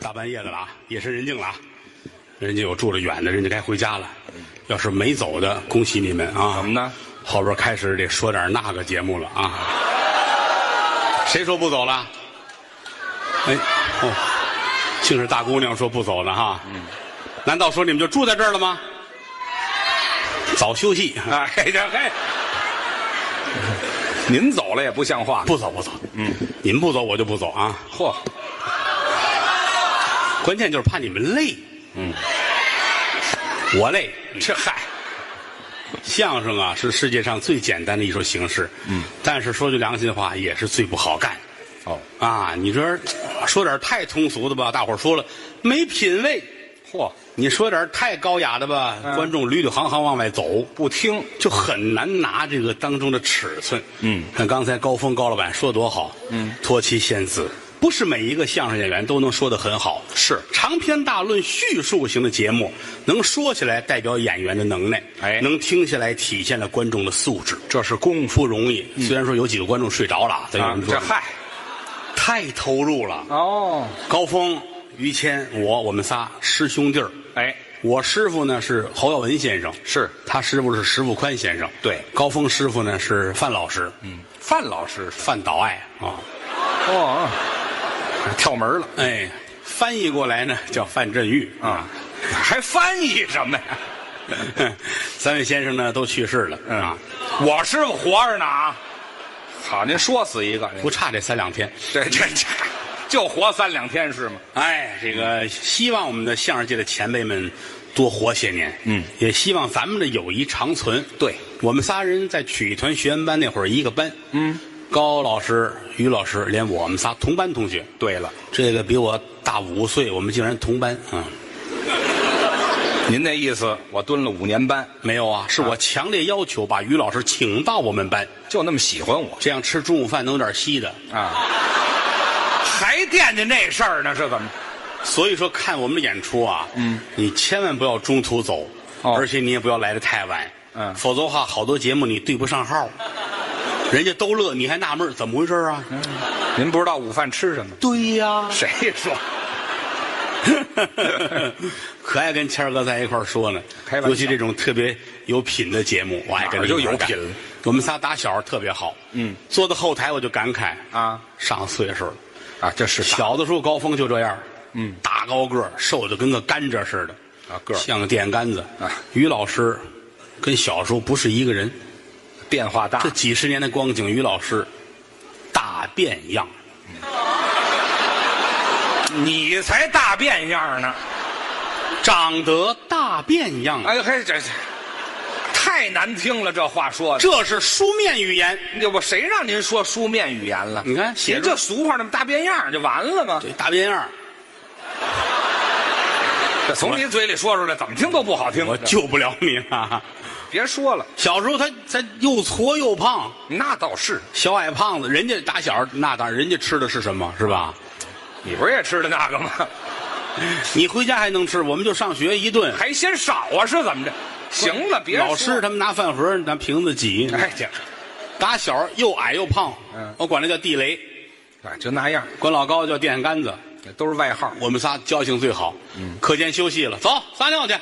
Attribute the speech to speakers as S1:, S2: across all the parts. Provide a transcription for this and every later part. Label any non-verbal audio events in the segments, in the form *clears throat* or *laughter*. S1: 大半夜的了啊，夜深人静了啊，人家有住得远的，人家该回家了。要是没走的，恭喜你们啊！
S2: 怎么呢？
S1: 后边开始得说点那个节目了啊。谁说不走了？哎，哦，竟是大姑娘说不走呢哈。难道说你们就住在这儿了吗？早休息，
S2: 哎这嘿，您走了也不像话。
S1: 不走不走。嗯，你们不走我就不走啊。
S2: 嚯，
S1: 关键就是怕你们累。嗯，我累。
S2: 这嗨，
S1: 相声啊是世界上最简单的艺术形式，嗯，但是说句良心话，也是最不好干
S2: 哦，
S1: 啊！你说说点太通俗的吧，大伙儿说了没品位；
S2: 嚯，啊
S1: 你说点太高雅的吧，
S2: 嗯
S1: 观众屡屡行行往外走，
S2: 不听
S1: 就很难拿这个当中的尺寸。
S2: 嗯，
S1: 看刚才高峰高老板说多好，嗯，托妻献子。不是每一个相声演员都能说得很好，
S2: 是
S1: 长篇大论叙述型的节目，能说起来代表演员的能耐，
S2: 哎
S1: 能听下来体现了观众的素质，
S2: 这是功夫
S1: 不
S2: 嗯
S1: 容易。虽然说有几个观众睡着了啊，咱有
S2: 啊
S1: 人！说
S2: 这嗨，
S1: 太投入了。
S2: 哦，
S1: 高峰、于谦、我，我们仨师兄弟儿。
S2: 哎，
S1: 我师傅呢是侯耀文先生，
S2: 是
S1: 他师傅是石富宽先生，
S2: 对
S1: 高峰师傅呢是范老师，嗯，
S2: 范老师，
S1: 范岛爱啊，
S2: 哦，啊跳门了
S1: 哎，翻译过来呢叫范振钰
S2: 啊，还翻译什么呀？
S1: *laughs* 三位先生呢都去世了、
S2: 嗯
S1: 啊，
S2: 我师傅活着呢啊！好，您说死一个，
S1: 不差这三两天。
S2: 这这这，就活三两天是吗？
S1: 哎，这个希望我们的相声界的前辈们多活些年，
S2: 嗯，
S1: 也希望咱们的友谊长存。
S2: 对，
S1: 我们仨人在曲艺团学员班那会儿一个班，嗯，高老师、于老师，连我们仨同班同学，
S2: 对了，
S1: 这个比我大五岁，我们竟然同班啊、
S2: 您那意思，我蹲了五年班，
S1: 没有啊，是我强烈要求把于老师请到我们班，
S2: 就那么喜欢我
S1: 这样吃中午饭能有点稀的。
S2: 啊？还惦记那事儿呢？是怎么？
S1: 所以说，看我们的演出啊，嗯，你千万不要中途走，
S2: 哦
S1: 而且你也不要来的太晚，
S2: 嗯
S1: 否则的话，好多节目你对不上
S2: *laughs*
S1: 号，人家都乐，你还纳闷儿怎么回事儿
S2: 嗯
S1: 啊？
S2: 您不知道午饭吃什么？
S1: 对呀、
S2: *laughs* 谁说？
S1: 可爱跟谦儿哥在一块儿说呢
S2: 开，玩笑
S1: 尤其这种特别有品的节目，我爱跟他
S2: 哪儿就
S1: 一块儿
S2: 有
S1: 干
S2: 品了。
S1: 我们仨打小特别好，
S2: 嗯，
S1: 坐到后台我就感慨
S2: 啊，
S1: 上岁数了。
S2: 啊，这是小
S1: 小的时候高峰就这样，嗯，大高个儿，瘦的跟个甘蔗似的，
S2: 啊个儿
S1: 像个电杆子。
S2: 啊
S1: 于老师跟小时候不是一个人，
S2: 变化大
S1: 这，几十年的光景，于老师大变样。
S2: 你才大变样呢！
S1: 长得大变样，
S2: 哎嘿，这这太难听了，这话说的。
S1: 这是书面语言。
S2: 这我谁让您说书面语言了？
S1: 你看写
S2: 您
S1: 着
S2: 这俗话那么大变样就完了吗？
S1: 对大变样，
S2: 这从您嘴里说出来，怎么听都不好听。
S1: 我救不了你了。
S2: 别说了，
S1: 小时候他他又矬又胖，
S2: 那倒是，
S1: 小矮胖子，人家打小那当然，人家吃的是什么是吧？
S2: 你不是也吃的那个 *laughs* 吗？
S1: 你回家还能吃，我们就上学一顿。
S2: 还嫌少啊？是怎么着？行了，别
S1: 老
S2: 说
S1: 师
S2: 了
S1: 他们拿饭盒拿瓶子挤，
S2: 哎这，
S1: 打小又矮又胖，
S2: 嗯
S1: 我管他叫地雷，
S2: 哎就那样，
S1: 管老高叫电线杆子，
S2: 都是外号，
S1: 我们仨交情最好。嗯，课间休息了，走撒尿去。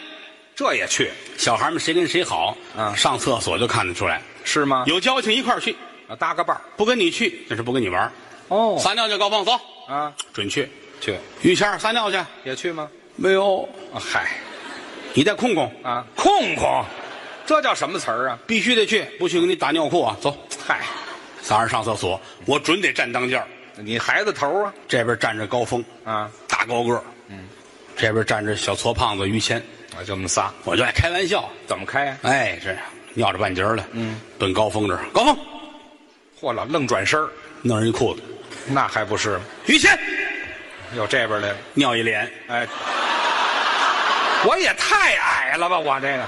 S2: 这也去
S1: 小孩们谁跟谁好，
S2: 嗯
S1: 上厕所就看得出来，
S2: 是吗？
S1: 有交情一块儿去，
S2: 有啊搭个伴儿
S1: 不跟你去那是不跟你玩儿。
S2: 哦
S1: 撒尿去，高峰走，
S2: 啊，
S1: 准确。
S2: 去
S1: 于谦儿撒尿去，
S2: 也去吗？
S1: 没有，
S2: 啊嗨
S1: 你带空空，
S2: 啊，空空，这叫什么词儿啊？
S1: 必须得去，不去给你打尿裤啊。走，
S2: 嗨，
S1: 仨人上厕所，我准得站当间儿
S2: 你孩子头啊
S1: 这边站着高峰，
S2: 啊，
S1: 大高个儿，嗯，这边站着小矬胖子于谦，
S2: 啊就我们仨，
S1: 我就爱开玩笑，
S2: 怎么开啊？
S1: 哎，这尿着半截儿了，嗯，奔高峰这儿，高峰
S2: 嚯，老愣转身儿，
S1: 弄人一裤子，
S2: 那还不是吗？
S1: 于谦
S2: 又这边来了，
S1: 尿一脸，
S2: 哎，我也太矮了吧，我这个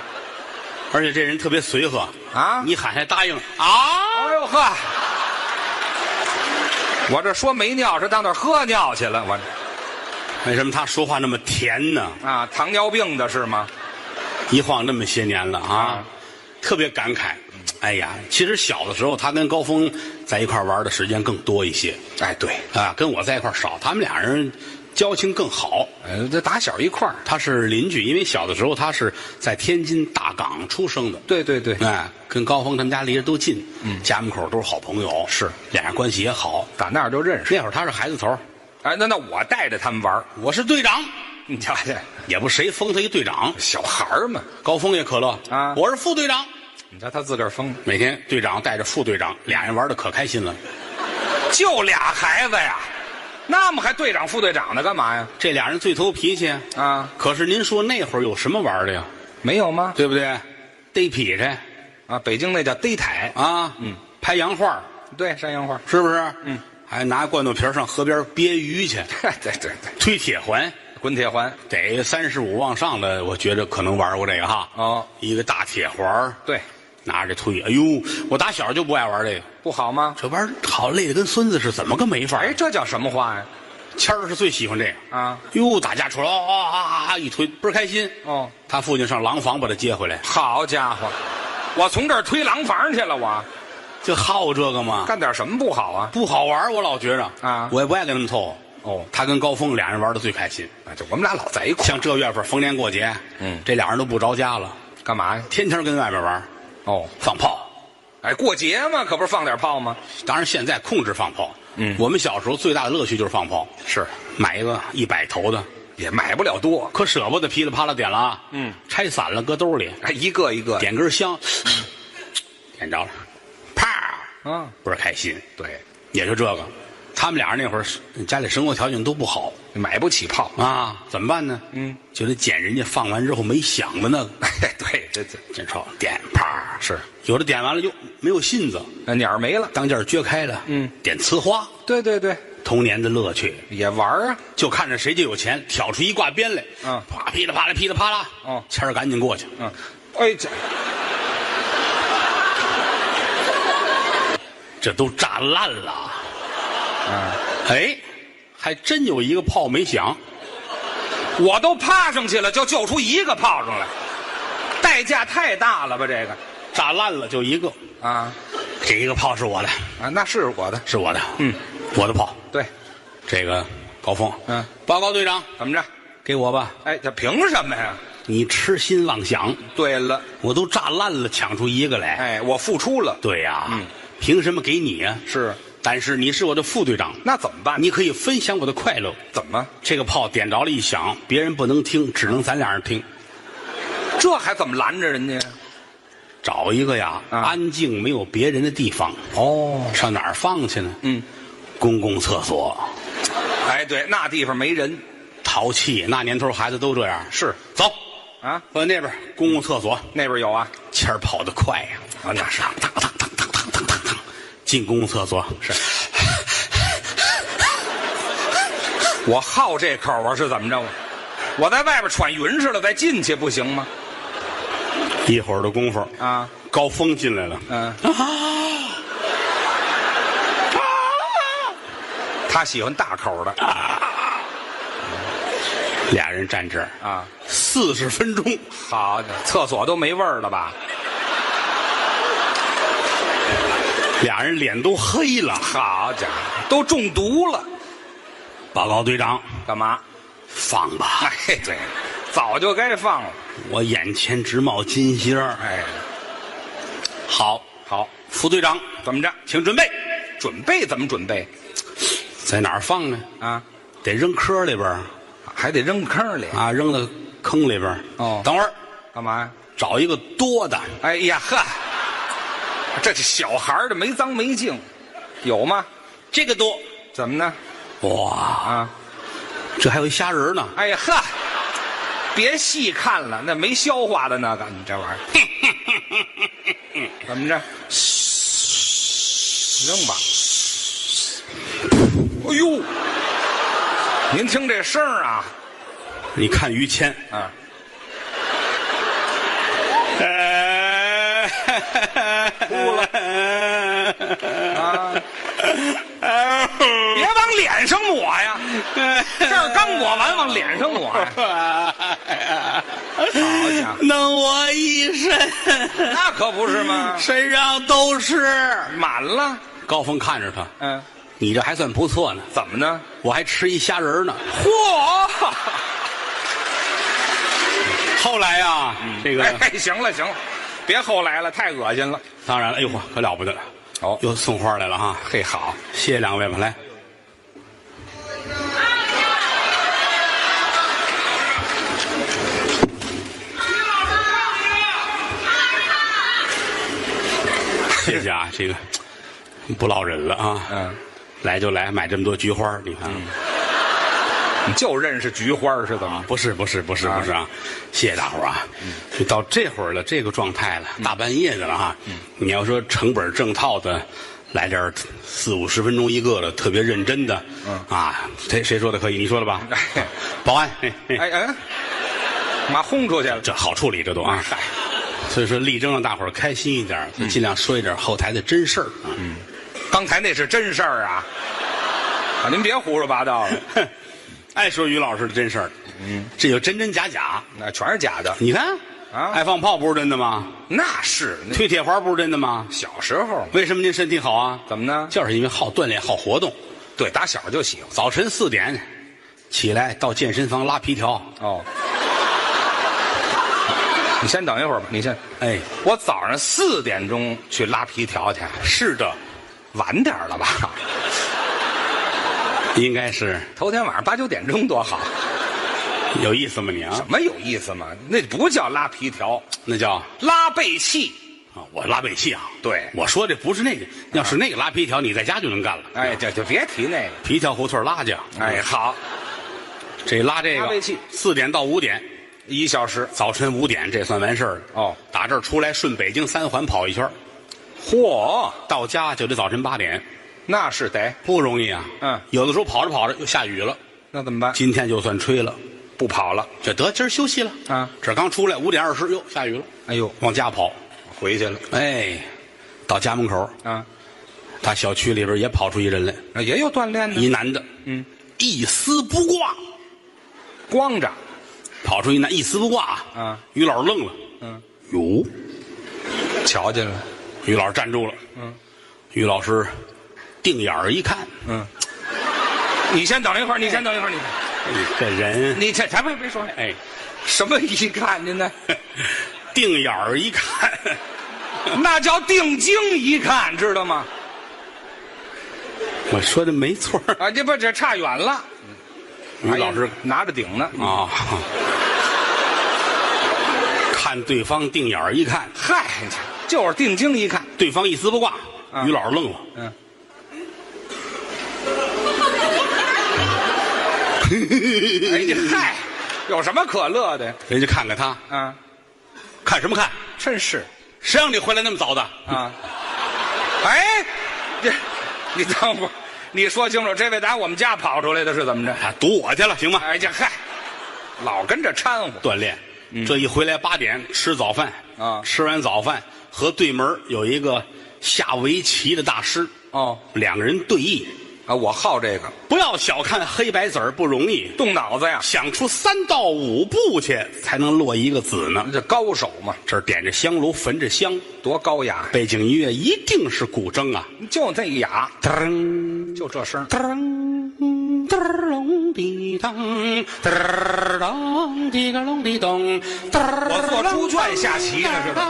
S1: 而且这人特别随和
S2: 啊
S1: 你喊还答应啊，
S2: 哎呦呵，我这说没尿是当那儿喝尿去了，我这
S1: 为什么他说话那么甜呢？
S2: 啊糖尿病的是吗？
S1: 一晃那么些年了啊
S2: 啊，
S1: 特别感慨。哎呀，其实小的时候他跟高峰在一块儿玩的时间更多一些
S2: 哎，对，
S1: 啊，跟我在一块儿少，他们俩人交情更好。
S2: 呃，这打小一块儿，
S1: 他是邻居，因为小的时候他是在天津大港出生的，
S2: 对对对，
S1: 哎，跟高峰他们家离得都近，嗯，家门口都是好朋友，
S2: 是
S1: 俩人关系也好。
S2: 打那儿就认识。
S1: 那会儿他是孩子头儿，
S2: 哎，那那我带着他们玩儿
S1: 我是队长，
S2: 你瞧瞧，
S1: 也不谁封他一队长。
S2: 小孩儿嘛，
S1: 高峰也可乐
S2: 啊
S1: 我是副队长。
S2: 你瞧他自个儿疯，
S1: 每天队长带着副队长，俩人玩的可开心了。
S2: 就俩孩子呀，那么还队长副队长的干嘛呀？
S1: 这俩人最投脾气
S2: 啊，
S1: 可是您说那会儿有什么玩的呀？
S2: 没有吗？
S1: 对不对？逮劈柴
S2: 啊，北京那叫逮台，
S1: 啊，嗯，拍洋画儿
S2: 对，山羊花，
S1: 是不是？嗯，还拿罐头皮儿上河边憋鱼去，
S2: 对 *laughs* 对对，
S1: 推铁环，
S2: 滚铁环，
S1: 得三十五往上的，我觉着可能玩过这个哈。
S2: 哦，
S1: 一个大铁环儿
S2: 对，
S1: 拿着推，哎呦，我打小就不爱玩这个，
S2: 不好吗？
S1: 这玩意儿好累的跟孙子似的，怎么个没法儿？啊
S2: 哎，这叫什么话呀？
S1: 谦儿是最喜欢这个
S2: 啊，
S1: 哟，打架出来，啊啊啊啊，一推倍儿开心。
S2: 哦，
S1: 他父亲上廊坊把他接回来，
S2: 好家伙，我从这儿推廊坊去了，我
S1: 就好这个嘛，
S2: 干点什么不好啊？
S1: 不好玩儿我老觉着
S2: 啊
S1: 我也不爱跟他们凑。
S2: 哦，
S1: 他跟高峰俩人玩的最开心，
S2: 哎就我们俩老在一块儿，
S1: 像这月份逢年过节，
S2: 嗯
S1: 这俩人都不着家了，
S2: 干嘛呀？
S1: 天天跟外边玩儿
S2: 哦，
S1: 放炮。
S2: 哎，过节嘛，可不是放点炮吗？
S1: 当然现在控制放炮，
S2: 嗯
S1: 我们小时候最大的乐趣就是放炮，
S2: 是，
S1: 买一个一百头的，
S2: 也买不了多，
S1: 可舍不得噼里啪啦点了啊，
S2: 嗯，
S1: 拆散了搁兜里，
S2: 哎，一个一个，
S1: 点根香， *sniffs* 点着了，啪，
S2: 啊，
S1: 倍儿开心。
S2: 对，
S1: 也就这个，他们俩人那会儿家里生活条件都不好
S2: 买不起炮，
S1: 啊，怎么办呢？
S2: 嗯，
S1: 就得捡人家放完之后没响的那个， *laughs*
S2: 哎， *laughs* 对，这这
S1: 真瞅点啪，
S2: 是
S1: 有的点完了就没有信子，
S2: 那鸟儿没了，
S1: 当间儿撅开了，
S2: 嗯，
S1: 点呲花，
S2: 对对对，
S1: 童年的乐趣。
S2: 也玩儿啊，
S1: 就看着谁就有钱，挑出一挂鞭来，
S2: 嗯
S1: 啪噼里啪啦噼里啪啦，
S2: 哦
S1: 谦儿赶紧过去，
S2: 嗯，哎，这
S1: 这都炸烂了。
S2: 啊，
S1: 哎，还真有一个炮没响，
S2: 我都趴上去了，就救出一个炮仗来，代价太大了吧？这个
S1: 炸烂了就一个，
S2: 啊
S1: 这一个炮是我的，
S2: 啊，那是我的，
S1: 是我的，嗯，我的炮。
S2: 对，
S1: 这个高峰，
S2: 嗯，
S1: 报告队长，
S2: 怎么着？
S1: 给我吧。
S2: 哎，这凭什么呀？
S1: 你痴心妄想，
S2: 对了，
S1: 我都炸烂了，抢出一个来。
S2: 哎，我付出了，
S1: 对呀，
S2: 嗯，
S1: 凭什么给你呀、
S2: 是，
S1: 但是你是我的副队长，
S2: 那怎么办？
S1: 你可以分享我的快乐。
S2: 怎么？
S1: 这个炮点着了，一响，别人不能听，只能咱俩人听。
S2: 这还怎么拦着人家呀？
S1: 找一个呀，
S2: 啊
S1: 安静没有别人的地方，
S2: 哦，
S1: 上哪儿放去呢？
S2: 嗯，
S1: 公共厕所，
S2: 哎，对，那地方没人
S1: 淘气，那年头孩子都这样。
S2: 是
S1: 走，
S2: 啊，
S1: 到那边公共厕所，
S2: 那边有啊，
S1: 谦儿跑得快呀、
S2: 啊，那是
S1: 当当当当当当当当，进公共厕所是
S2: 我好这口啊，是怎么着？我在外边喘匀似的，再进去不行吗？
S1: 一会儿的功夫，
S2: 啊，
S1: 高峰进来了，
S2: 嗯、他喜欢大口的
S1: 俩人站这儿
S2: 啊，
S1: 四十分钟，
S2: 好的，厕所都没味儿了吧？
S1: 俩人脸都黑了。
S2: 好家伙，都中毒了，
S1: 报告队长，
S2: 干嘛？ *laughs*
S1: 放吧，
S2: 哎，对，早就该放了。
S1: 我眼前直冒金星儿。
S2: 哎，
S1: 好，
S2: 好，
S1: 副队长，
S2: 怎么着？
S1: 请准备，
S2: 准备怎么准备
S1: 在哪儿放呢？
S2: 啊？
S1: 得扔坑里边儿
S2: 还得扔坑里？
S1: 啊，扔到坑里边儿
S2: 哦
S1: 等会儿
S2: 干嘛呀？
S1: 找一个多的，
S2: 哎呀呵，这是小孩儿的没脏没净，有吗？
S1: 这个多，
S2: 怎么呢？
S1: 哇，
S2: 啊，
S1: 这还有一虾仁儿呢。
S2: 哎呀呵，别细看了，那没消化的那个，你这玩意 *laughs* 儿，怎么着？扔吧！哎呦，您听这声儿啊，
S1: 你看于
S2: *laughs*
S1: 谦，
S2: 啊，
S1: 呃，哭了
S2: 啊！别往脸上抹 *laughs* 呀，这儿刚抹完，往脸上抹 *laughs* 呀，好家伙，
S1: 弄我一身，
S2: 那可不是吗？
S1: 身上都是。
S2: 满了，
S1: 高峰看着他，
S2: 嗯，
S1: 你这还算不错呢，
S2: 怎么呢？
S1: 我还吃一虾仁儿呢。
S2: 嚯！
S1: 后来呀、这个、
S2: *laughs* 哎，行了行了，别后来了，太恶心了。
S1: 当然了，哎呦嚯，可了不得了，
S2: 好
S1: 又送花来了哈，
S2: 嘿好，
S1: 谢谢两位吧，来。谢谢啊，这个不落忍了啊，
S2: 嗯，
S1: 来就来，买这么多菊花，你看，啊
S2: 你就认识菊花是怎么？
S1: 不是不是不是
S2: 啊嗯
S1: 不是啊，谢谢大伙儿啊！就到这会儿了，这个状态了，大半夜的了哈。
S2: 嗯
S1: 你要说成本正套的，来点儿四五十分钟一个的，特别认真的，啊，谁谁说的可以？你说的吧？
S2: 嗯 *laughs* 哎
S1: 保安，嘿嘿
S2: 哎哎，妈轰出去了。
S1: 这好处理这都啊。
S2: 嗨，
S1: 所以说，力争让大伙儿开心一点儿，
S2: 嗯
S1: 尽量说一点后台的真事儿啊。
S2: 刚才那是真事儿啊！啊，您别胡说八道了，
S1: 哼爱说于老师的真事儿，
S2: 嗯
S1: 这有真真假假。
S2: 那全是假的。
S1: 你看，
S2: 啊嗯
S1: 爱放炮不是真的吗？
S2: 那是那
S1: 推铁环不是真的吗？
S2: 小时候
S1: 为什么您身体好啊？
S2: 怎么呢？
S1: 就是因为好锻炼、好活动。
S2: 对，打小就喜欢。
S1: 早晨四点起来到健身房拉皮条，
S2: 哦，你先等一会儿吧，你先。
S1: 哎，
S2: 我早上四点钟去拉皮条去，
S1: 是的，
S2: 晚点儿了吧？
S1: 应该是
S2: 头天晚上八九点钟多好，
S1: 有意思吗？你啊
S2: 什，么有意思嘛？那不叫拉皮条，
S1: 那叫
S2: 拉背气。
S1: 啊，我拉背气啊。
S2: 对
S1: 我说这不是那个，要是那个拉皮条，你在家就能干了。
S2: 哎，就就别提那个。
S1: 皮条胡同拉去，啊
S2: 哎，，好，
S1: 这拉这
S2: 拉
S1: 个
S2: 背气
S1: 四点到五点，
S2: 一小时。
S1: 早晨五点这算完事儿了。
S2: 哦，
S1: 打这儿出来顺北京三环跑一圈儿，
S2: 嚯，
S1: 到家就得早晨八点，
S2: 那是得，
S1: 不容易啊。
S2: 嗯
S1: 有的时候跑着跑着又下雨了，
S2: 那怎么办？
S1: 今天就算吹了。
S2: 不跑了。
S1: 这得今儿休息了
S2: 啊
S1: 这儿刚出来五点二十，哟，下雨了，
S2: 哎呦，
S1: 往家跑，
S2: 回去了
S1: 哎，到家门口，
S2: 啊！
S1: 他小区里边也跑出一人来，
S2: 也有锻炼
S1: 一
S2: 呢，
S1: 男的，
S2: 嗯，
S1: 一丝不挂，
S2: 光着，
S1: 跑出一男一丝不挂
S2: 啊，
S1: 于老师愣了，
S2: 嗯，
S1: 哟，
S2: 瞧见了，
S1: 于老师站住了，嗯，于老师定眼儿一看，
S2: 嗯。你先等一会儿，你先等一会儿，你
S1: 这人，
S2: 你这咱别别说，
S1: 哎，
S2: 哎
S1: *laughs*
S2: 什么一看您呢？
S1: 定眼儿一看， *laughs*
S2: 那叫定睛一看，知道吗？
S1: 我说的没错儿，
S2: 啊，这不这差远了。
S1: 于老师
S2: 哎呀拿着顶呢，
S1: 啊，看对方定眼儿一看。
S2: 嗨，就是定睛一 *laughs* 看，
S1: 对方一丝不挂，
S2: 啊
S1: 于老师愣了，
S2: 嗯，哎你嗨，有什么可乐的
S1: 人家看看他，
S2: 啊？
S1: 看什么看？
S2: 真是
S1: 谁让你回来那么早的？
S2: 啊！哎，这你等会儿，你说清楚，这位打我们家跑出来的是怎么着？
S1: 啊，堵我去了，行吗？
S2: 哎呀，嗨，老跟着掺和，
S1: 锻炼，这一回来八点吃早饭
S2: 嗯啊
S1: 吃完早饭和对门有一个下围棋的大师
S2: 哦，
S1: 两个人对弈，
S2: 啊，我好这个
S1: 不要小看黑白子儿不容易，
S2: 动脑子呀，
S1: 想出三到五步去才能落一个子呢。
S2: 这高手嘛，
S1: 这儿点着香炉，焚着香，
S2: 多高雅，
S1: 背景音乐一定是古筝啊，
S2: 就这雅，
S1: 噔。
S2: 就这声儿。
S1: 噔噔隆滴当，噔隆滴个隆滴咚，噔。
S2: 我做猪圈下棋呢是吧？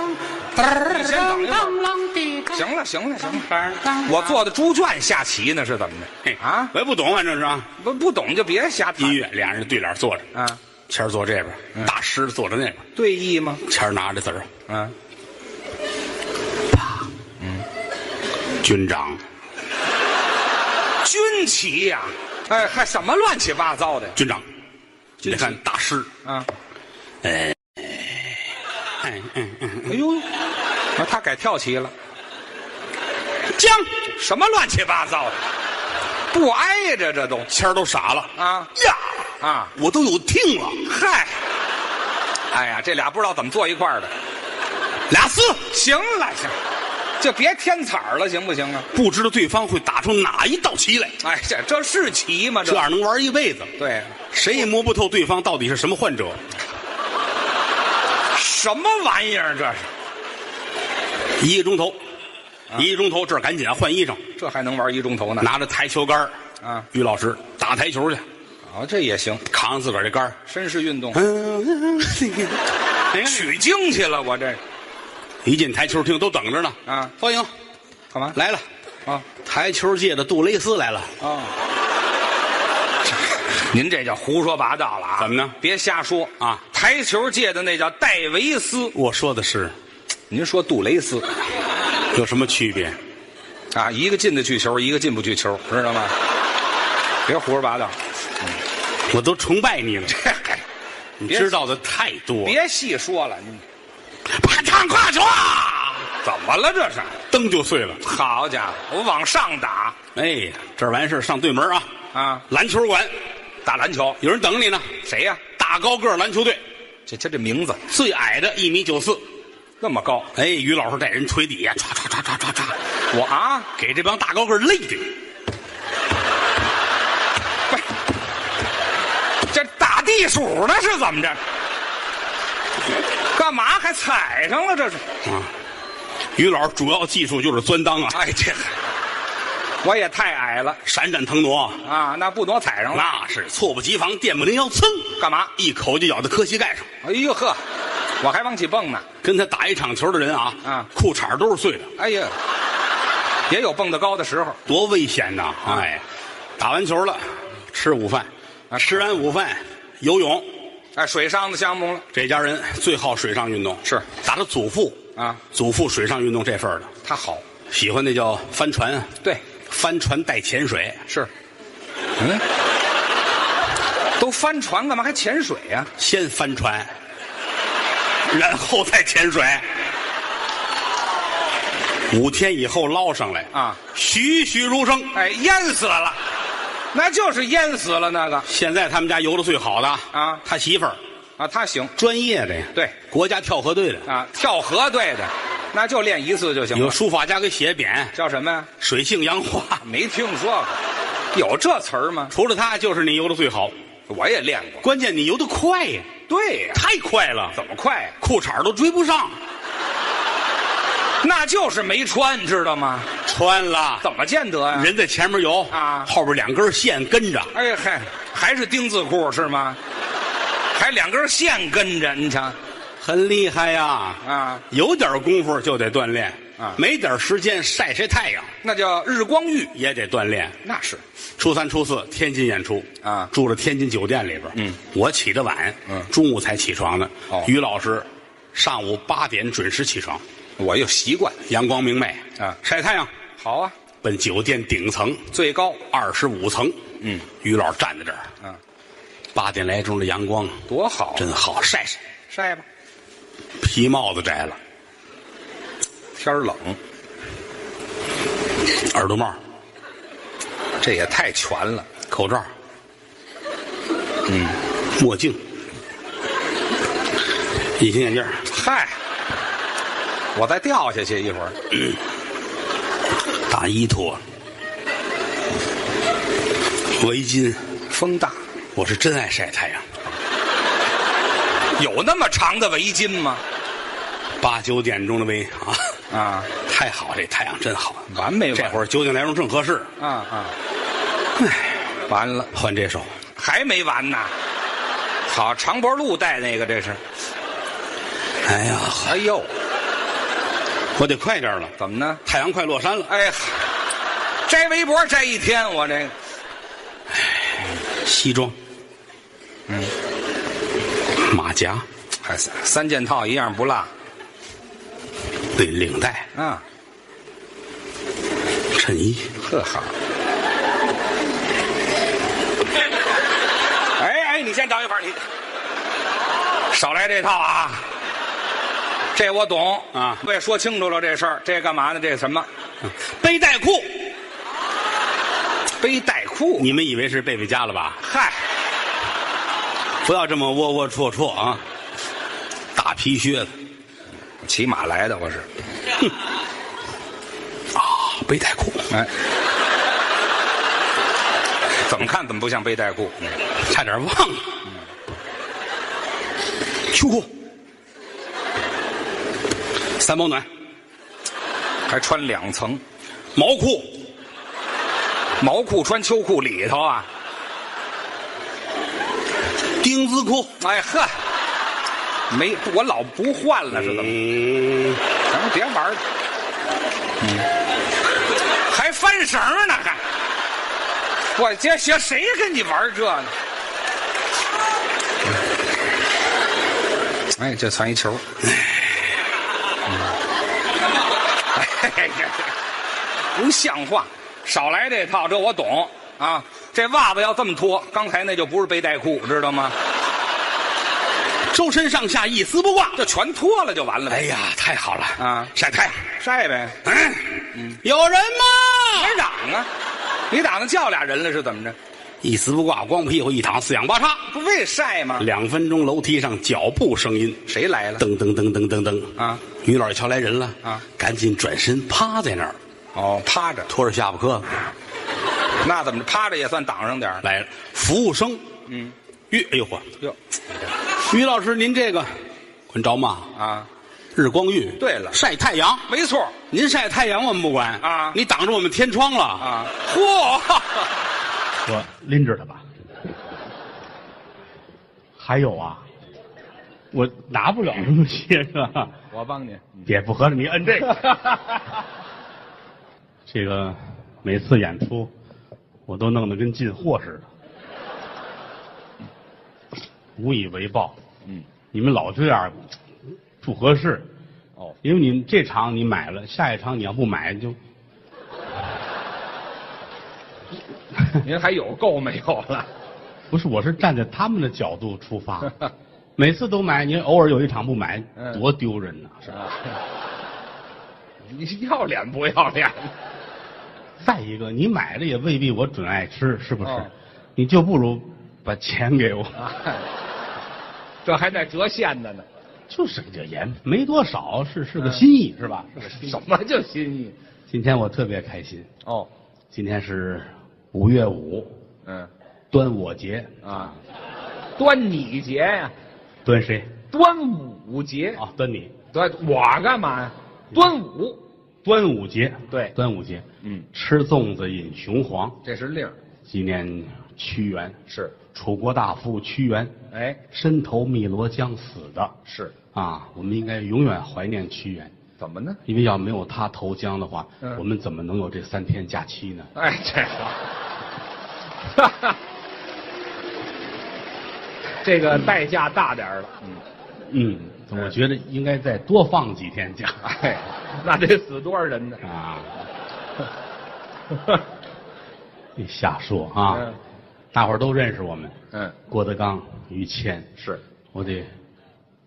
S1: 噔
S2: 你先等一会儿
S1: 儿
S2: 行了，行了，行了，我做的猪圈下棋呢是怎么的？啊，
S1: 我也不懂，反正是啊。
S2: 不不懂就别瞎
S1: 音
S2: 谈
S1: 乐，俩人对脸坐着，
S2: 啊，
S1: 谦儿坐这边，大师坐着那边，
S2: 对弈吗？
S1: 谦儿拿着子儿，
S2: 啊，
S1: 军长，
S2: 军棋呀、哎，还什么乱七八糟的？
S1: 军长，你得看大师，
S2: 啊，
S1: 哎嗯嗯，
S2: 哎呦，啊他改跳棋了，
S1: 将，
S2: 什么乱七八糟的？不挨着这都
S1: 谦儿都傻了
S2: 啊
S1: 呀，
S2: 啊！
S1: 我都有听了，
S2: 嗨，哎呀，这俩不知道怎么坐一块儿的。
S1: 俩字。
S2: 行了，行，就别添彩儿了，行不行啊？
S1: 不知道对方会打出哪一道棋来，
S2: 哎，这这是棋吗？
S1: 这
S2: 这
S1: 样能玩一辈子。
S2: 对，
S1: 谁也摸不透对方到底是什么患者。
S2: 什么玩意儿这是？
S1: 一个钟头，一个钟头，这儿赶紧啊换衣裳，
S2: 这还能玩一钟头呢？
S1: 拿着台球杆儿
S2: 啊，
S1: 于老师打台球去，
S2: 哦，这也行，
S1: 扛着自个儿这杆儿，
S2: 绅士运动，
S1: 嗯，哎呀
S2: 取经去了，我这
S1: *laughs* 一进台球厅都等着呢。
S2: 啊，
S1: 欢迎，
S2: 干嘛？
S1: 来了，
S2: 啊
S1: 台球界的杜蕾斯来了。
S2: 啊！您这叫胡说八道了啊！
S1: 怎么呢
S2: 别瞎说
S1: 啊！
S2: 台球界的那叫戴维斯，
S1: 我说的是
S2: 您说杜蕾斯
S1: 有什么区别？
S2: 啊，一个进得去球，一个进不去球，知道吗？别胡说八道，
S1: 我都崇拜你了，你
S2: 别
S1: 知道的太多。
S2: 别细说了，你
S1: 啪嚓，跨球啊，
S2: 怎么了这是？
S1: 灯就碎了。
S2: 好家伙，我往上打
S1: 哎呀，这儿完事儿上对门啊，
S2: 啊！
S1: 篮球馆
S2: 打篮球，
S1: 有人等你呢。
S2: 谁呀、
S1: 大高个儿篮球队
S2: 这他这名字
S1: 最矮的一米九四，
S2: 那么高，
S1: 哎，于老师带人腿底下唰唰唰唰唰唰，
S2: 我啊，
S1: 给这帮大高个儿累的。
S2: 这打地鼠呢是怎么着？干嘛还踩上了这是？
S1: 啊，于老师主要技术就是钻裆啊，
S2: 哎，这我也太矮了
S1: 闪展腾挪，
S2: 啊，那不挪踩上了，
S1: 那是猝不及防，电不灵腰，噌，
S2: 干嘛？
S1: 一口就咬在磕膝盖上。
S2: 哎呦呵，我还往起蹦呢。
S1: 跟他打一场球的人啊，
S2: 啊
S1: 裤衩都是碎的，
S2: 哎呀，也有蹦得高的时候。
S1: 多危险呐！哎，打完球了，吃午饭，
S2: 啊
S1: 吃完午饭游泳。
S2: 哎，水上的项目了，
S1: 这家人最好水上运动，
S2: 是
S1: 打他祖父
S2: 啊，
S1: 祖父水上运动这份儿的，
S2: 他好，
S1: 喜欢那叫帆船啊，
S2: 对，
S1: 帆船带潜水，
S2: 是，嗯，都翻船干嘛还潜水呀、
S1: 先帆船，然后再潜水。五天以后捞上来
S2: 啊，
S1: 栩栩如生。
S2: 哎，淹死了，那就是淹死了那个
S1: 现在他们家游的最好的
S2: 啊
S1: 他媳妇儿
S2: 啊，他行
S1: 专业的呀，
S2: 对，
S1: 国家跳河队的，
S2: 啊，跳河队的，那就练一次就行
S1: 有
S2: 了。
S1: 书法家给写匾
S2: 叫什么呀？
S1: “水性杨花
S2: 没听说过，有这词儿吗”，？
S1: 除了他就是你游的最好，
S2: 我也练过。
S1: 关键你游的快呀，
S2: 对呀、
S1: 太快了，
S2: 怎么快呀、
S1: 裤衩都追不上，
S2: 那就是没穿，知道吗？
S1: 穿了，
S2: 怎么见得呀、
S1: 人在前面游
S2: 啊
S1: 后边两根线跟着，
S2: 哎呀嗨，还是丁字裤是吗？还两根线跟着，你瞧
S1: 很厉害呀
S2: 啊，
S1: 有点功夫就得锻炼
S2: 啊
S1: 没点时间晒晒太阳
S2: 那叫日光浴，
S1: 也得锻炼。
S2: 那是
S1: 初三、初四天津演出
S2: 啊
S1: 住着天津酒店里边。嗯，我起得晚，
S2: 嗯
S1: 中午才起床的。
S2: 哦
S1: 于老师上午八点准时起床，
S2: 我有习惯。
S1: 阳光明媚
S2: 啊
S1: 晒太阳。
S2: 好啊，
S1: 奔酒店顶层
S2: 最高
S1: 二十五层，
S2: 嗯，
S1: 于老师站在这儿，
S2: 嗯，
S1: 八点来钟的阳光
S2: 多好，啊
S1: 真好，晒晒，
S2: 晒吧。
S1: 皮帽子摘了，
S2: 天儿冷，
S1: 耳朵帽，
S2: 这也太全了。
S1: 口罩，嗯，墨镜，隐形眼镜儿，
S2: 嗨，我再掉下去一会儿。
S1: 大衣脱了，围巾。
S2: 风大，
S1: 我是真爱晒太阳，
S2: 有那么长的围巾吗？
S1: 八九点钟的围啊，
S2: 啊，
S1: 太好，这太阳真好。
S2: 完没完？
S1: 这会儿九点来钟正合适，
S2: 啊啊，唉，完了，
S1: 换这首。
S2: 还没完呢。好，长脖鹿带那个这是。
S1: 哎呀，
S2: 哎呦，
S1: 我得快点了，
S2: 怎么呢？
S1: 太阳快落山了。
S2: 哎，摘围脖摘一天，我这个
S1: 西装，嗯，马甲，
S2: 还三三件套一样不落
S1: 对，领带，
S2: 啊。
S1: 衬衣，
S2: 呵好。哎哎，你先等一会儿，你少来这套啊！这我懂
S1: 啊
S2: 我也说清楚了这事儿，这干嘛呢？这什么？
S1: 嗯背带裤。
S2: 背带裤？
S1: 你们以为是贝贝家了吧？
S2: 嗨，
S1: 不要这么窝窝戳戳啊！大皮靴子
S2: 骑马来的我是。
S1: 啊，背带裤，
S2: 哎，怎么看怎么不像背带裤？嗯
S1: 差点忘了。嗯秋裤，三保暖，
S3: 还穿两层
S2: 毛裤，
S3: 毛裤，穿秋裤里头啊。
S2: 丁字裤。
S3: 哎呵，没我老不换了是怎么？
S2: 嗯，
S3: 咱们别玩了，嗯，还翻绳儿呢还。我这谁谁跟你玩这呢？哎，这算一球。哎呀，这不像话！少来这套，这我懂啊。这袜子要这么脱，刚才那就不是背带裤，知道吗？
S2: 周身上下一丝不挂。
S3: 就全脱了就完了呗。
S2: 哎呀，太好了
S3: 啊
S2: 晒太阳。
S3: 晒呗，
S2: 嗯，有人吗？
S3: 班长啊，你打算叫俩人了是怎么着？
S2: 一丝不挂，光屁股一躺，四仰八叉。
S3: 不为晒吗？
S2: 两分钟，楼梯上脚步声音，
S3: 谁来了？
S2: 噔噔噔噔噔噔
S3: 啊！
S2: 于老师瞧来人了
S3: 啊，
S2: 赶紧转身趴在那儿，
S3: 哦，趴着，
S2: 拖着下巴颏
S3: 那怎么着？趴着也算挡上点儿。
S2: 来了。服务生，嗯，于，哎呦嚯，
S3: 哟，
S2: 于老师您这个，管着吗？
S3: 啊，
S2: 日光浴。
S3: 对了
S2: 晒太阳。
S3: 没错
S2: 您晒太阳我们不管
S3: 啊
S2: 你挡着我们天窗了 *laughs*
S3: 啊。嚯，
S1: 我拎着它吧。还有啊，我拿不了这么些个，
S3: 我帮你。
S1: 也不合着你摁这
S3: *laughs*
S1: 个。这个每次演出，我都弄得跟进货似的，无以为报。
S3: 嗯，
S1: 你们老这样不合适，
S3: 哦，
S1: 因为你们这场你买了，下一场你要不买就
S3: 您还有够没有了？
S1: 不是，我是站在他们的角度出
S3: *laughs*
S1: 发，每次都买，你偶尔有一场不买，
S3: 嗯
S1: 多丢人呐、是吧
S3: 你要脸不要脸？
S1: 再一个，你买了也未必我准爱吃，是不是？
S3: 哦
S1: 你就不如把钱给我。
S3: 这还带折现的呢，
S1: 就是这也没多少，是是个心
S3: 嗯
S1: 意，是吧？
S3: 什么叫心意？
S1: 今天我特别开心，
S3: 哦，
S1: 今天是五月五，
S3: 嗯
S1: 端我节，
S3: 啊，端你节呀，
S1: 端谁？
S3: 端午节
S1: 啊，端你，
S3: 端我干嘛呀？端午，
S1: 端午节，
S3: 对
S1: 端午节，
S3: 嗯，
S1: 吃粽子饮雄黄，
S3: 这是令儿
S1: 纪念屈原，
S3: 是，
S1: 楚国大夫屈原，
S3: 哎，
S1: 身投汨罗江死的
S3: 是
S1: 啊，我们应该永远怀念屈原，
S3: 怎么呢？
S1: 因为要没有他投江的话，
S3: 嗯
S1: 我们怎么能有这三天假期呢？
S3: 哎，这 *laughs* 个，这个代价大点儿了。嗯，
S1: 嗯，我觉得应该再多放几天假
S3: 哎，那得死多少 *laughs* 人呢？
S1: 啊！别瞎说啊！
S3: 嗯
S1: 大伙儿都认识我们，
S3: 嗯，
S1: 郭德纲、于谦，
S3: 是，
S1: 我得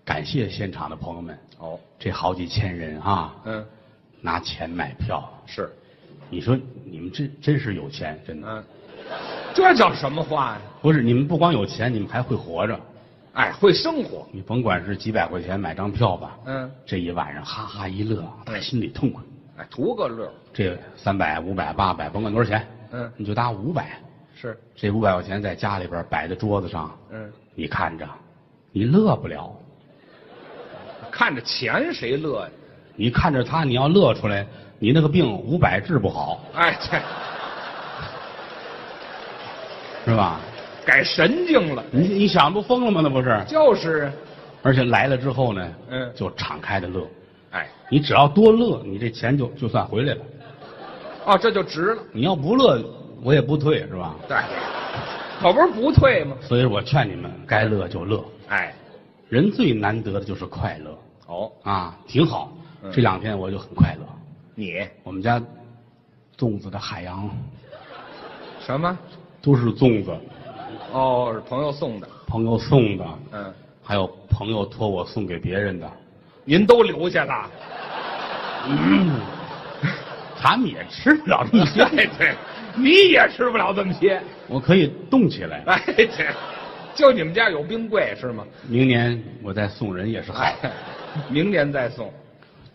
S1: 感谢现场的朋友们，
S3: 哦，
S1: 这好几千人啊，
S3: 嗯，
S1: 拿钱买票，
S3: 是，
S1: 你说你们真真是有钱，真的
S3: 嗯，这叫什么话呀？
S1: 不是你们不光有钱，你们还会活着。
S3: 哎，会生活。
S1: 你甭管是几百块钱买张票吧，
S3: 嗯，
S1: 这一晚上哈哈一乐，打心里痛快。
S3: 哎，图个乐儿。
S1: 这三百、五百、八百，甭管多少钱，
S3: 嗯
S1: 你就搭五百。
S3: 是，
S1: 这五百块钱在家里边摆在桌子上，
S3: 嗯，
S1: 你看着，你乐不了。
S3: 看着钱谁乐呀？
S1: 你看着他，你要乐出来，你那个病五百治不好，
S3: 哎，这
S1: 是吧？
S3: 改神经了。
S1: 你你想不疯了吗？那不是？
S3: 就是，
S1: 而且来了之后呢，
S3: 嗯
S1: 就敞开的乐。
S3: 哎，
S1: 你只要多乐，你这钱就就算回来了。
S3: 哦，这就值了。
S1: 你要不乐，我也不退，是吧？
S3: 对，可不是不退吗？
S1: 所以我劝你们，该乐就乐。
S3: 哎，
S1: 人最难得的就是快乐
S3: 哦，
S1: 啊，挺好。
S3: 嗯
S1: 这两天我就很快乐。
S3: 你
S1: 我们家粽子的海洋
S3: 什么？
S1: 都是粽子，
S3: 哦，是朋友送的。
S1: 朋友送的，
S3: 嗯，
S1: 还有朋友托我送给别人的。
S3: 您都留下了。 *laughs*
S1: 嗯，咱们也吃不了这么
S3: 哎，
S1: 些，
S3: 对，你也吃不了这么些。
S1: *laughs* 我可以冻起来。
S3: 哎，对，就你们家有冰柜是吗？
S1: 明年我再送人也是好
S3: 哎。， *laughs* 明年再送。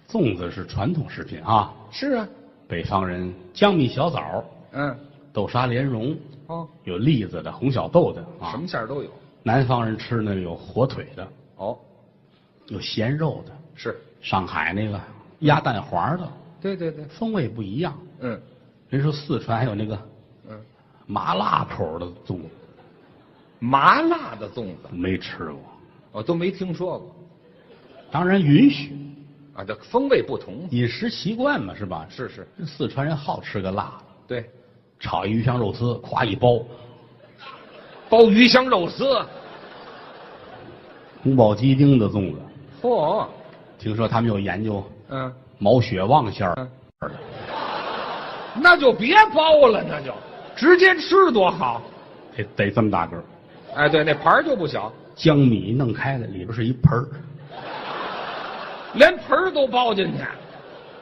S1: 粽子是传统食品啊，
S3: 是啊，
S1: 北方人江米小枣、
S3: 嗯，
S1: 豆沙莲蓉，
S3: 哦，
S1: 有栗子的、红小豆的
S3: 什
S1: 啊
S3: 么。馅儿都有。
S1: 南方人吃那个有火腿的，
S3: 哦，
S1: 有咸肉的，
S3: 是
S1: 上海那个鸭蛋黄的，
S3: 对对对，
S1: 风味不一样。
S3: 嗯
S1: 人说四川还有那个
S3: 嗯，
S1: 麻辣口的粽子，
S3: 麻辣的粽子
S1: 没吃过。
S3: 我都没听说过
S1: 当然允许，
S3: 啊，这风味不同。
S1: 饮食习惯嘛，是吧？
S3: 是是，
S1: 四川人好吃个辣的，
S3: 对，
S1: 炒一鱼香肉丝，咵一包，
S3: 包鱼香肉丝，
S1: 宫保鸡丁的粽子。
S3: 嚯，
S1: 听说他们有研究
S3: 嗯，
S1: 毛血旺馅儿
S3: 嗯
S1: 的，
S3: 那就别包了，那就直接吃多好。
S1: 得得这么大个儿，
S3: 哎，对，那盘儿就不小，
S1: 江米弄开了，里边是一盆儿
S3: 连盆儿都包进去。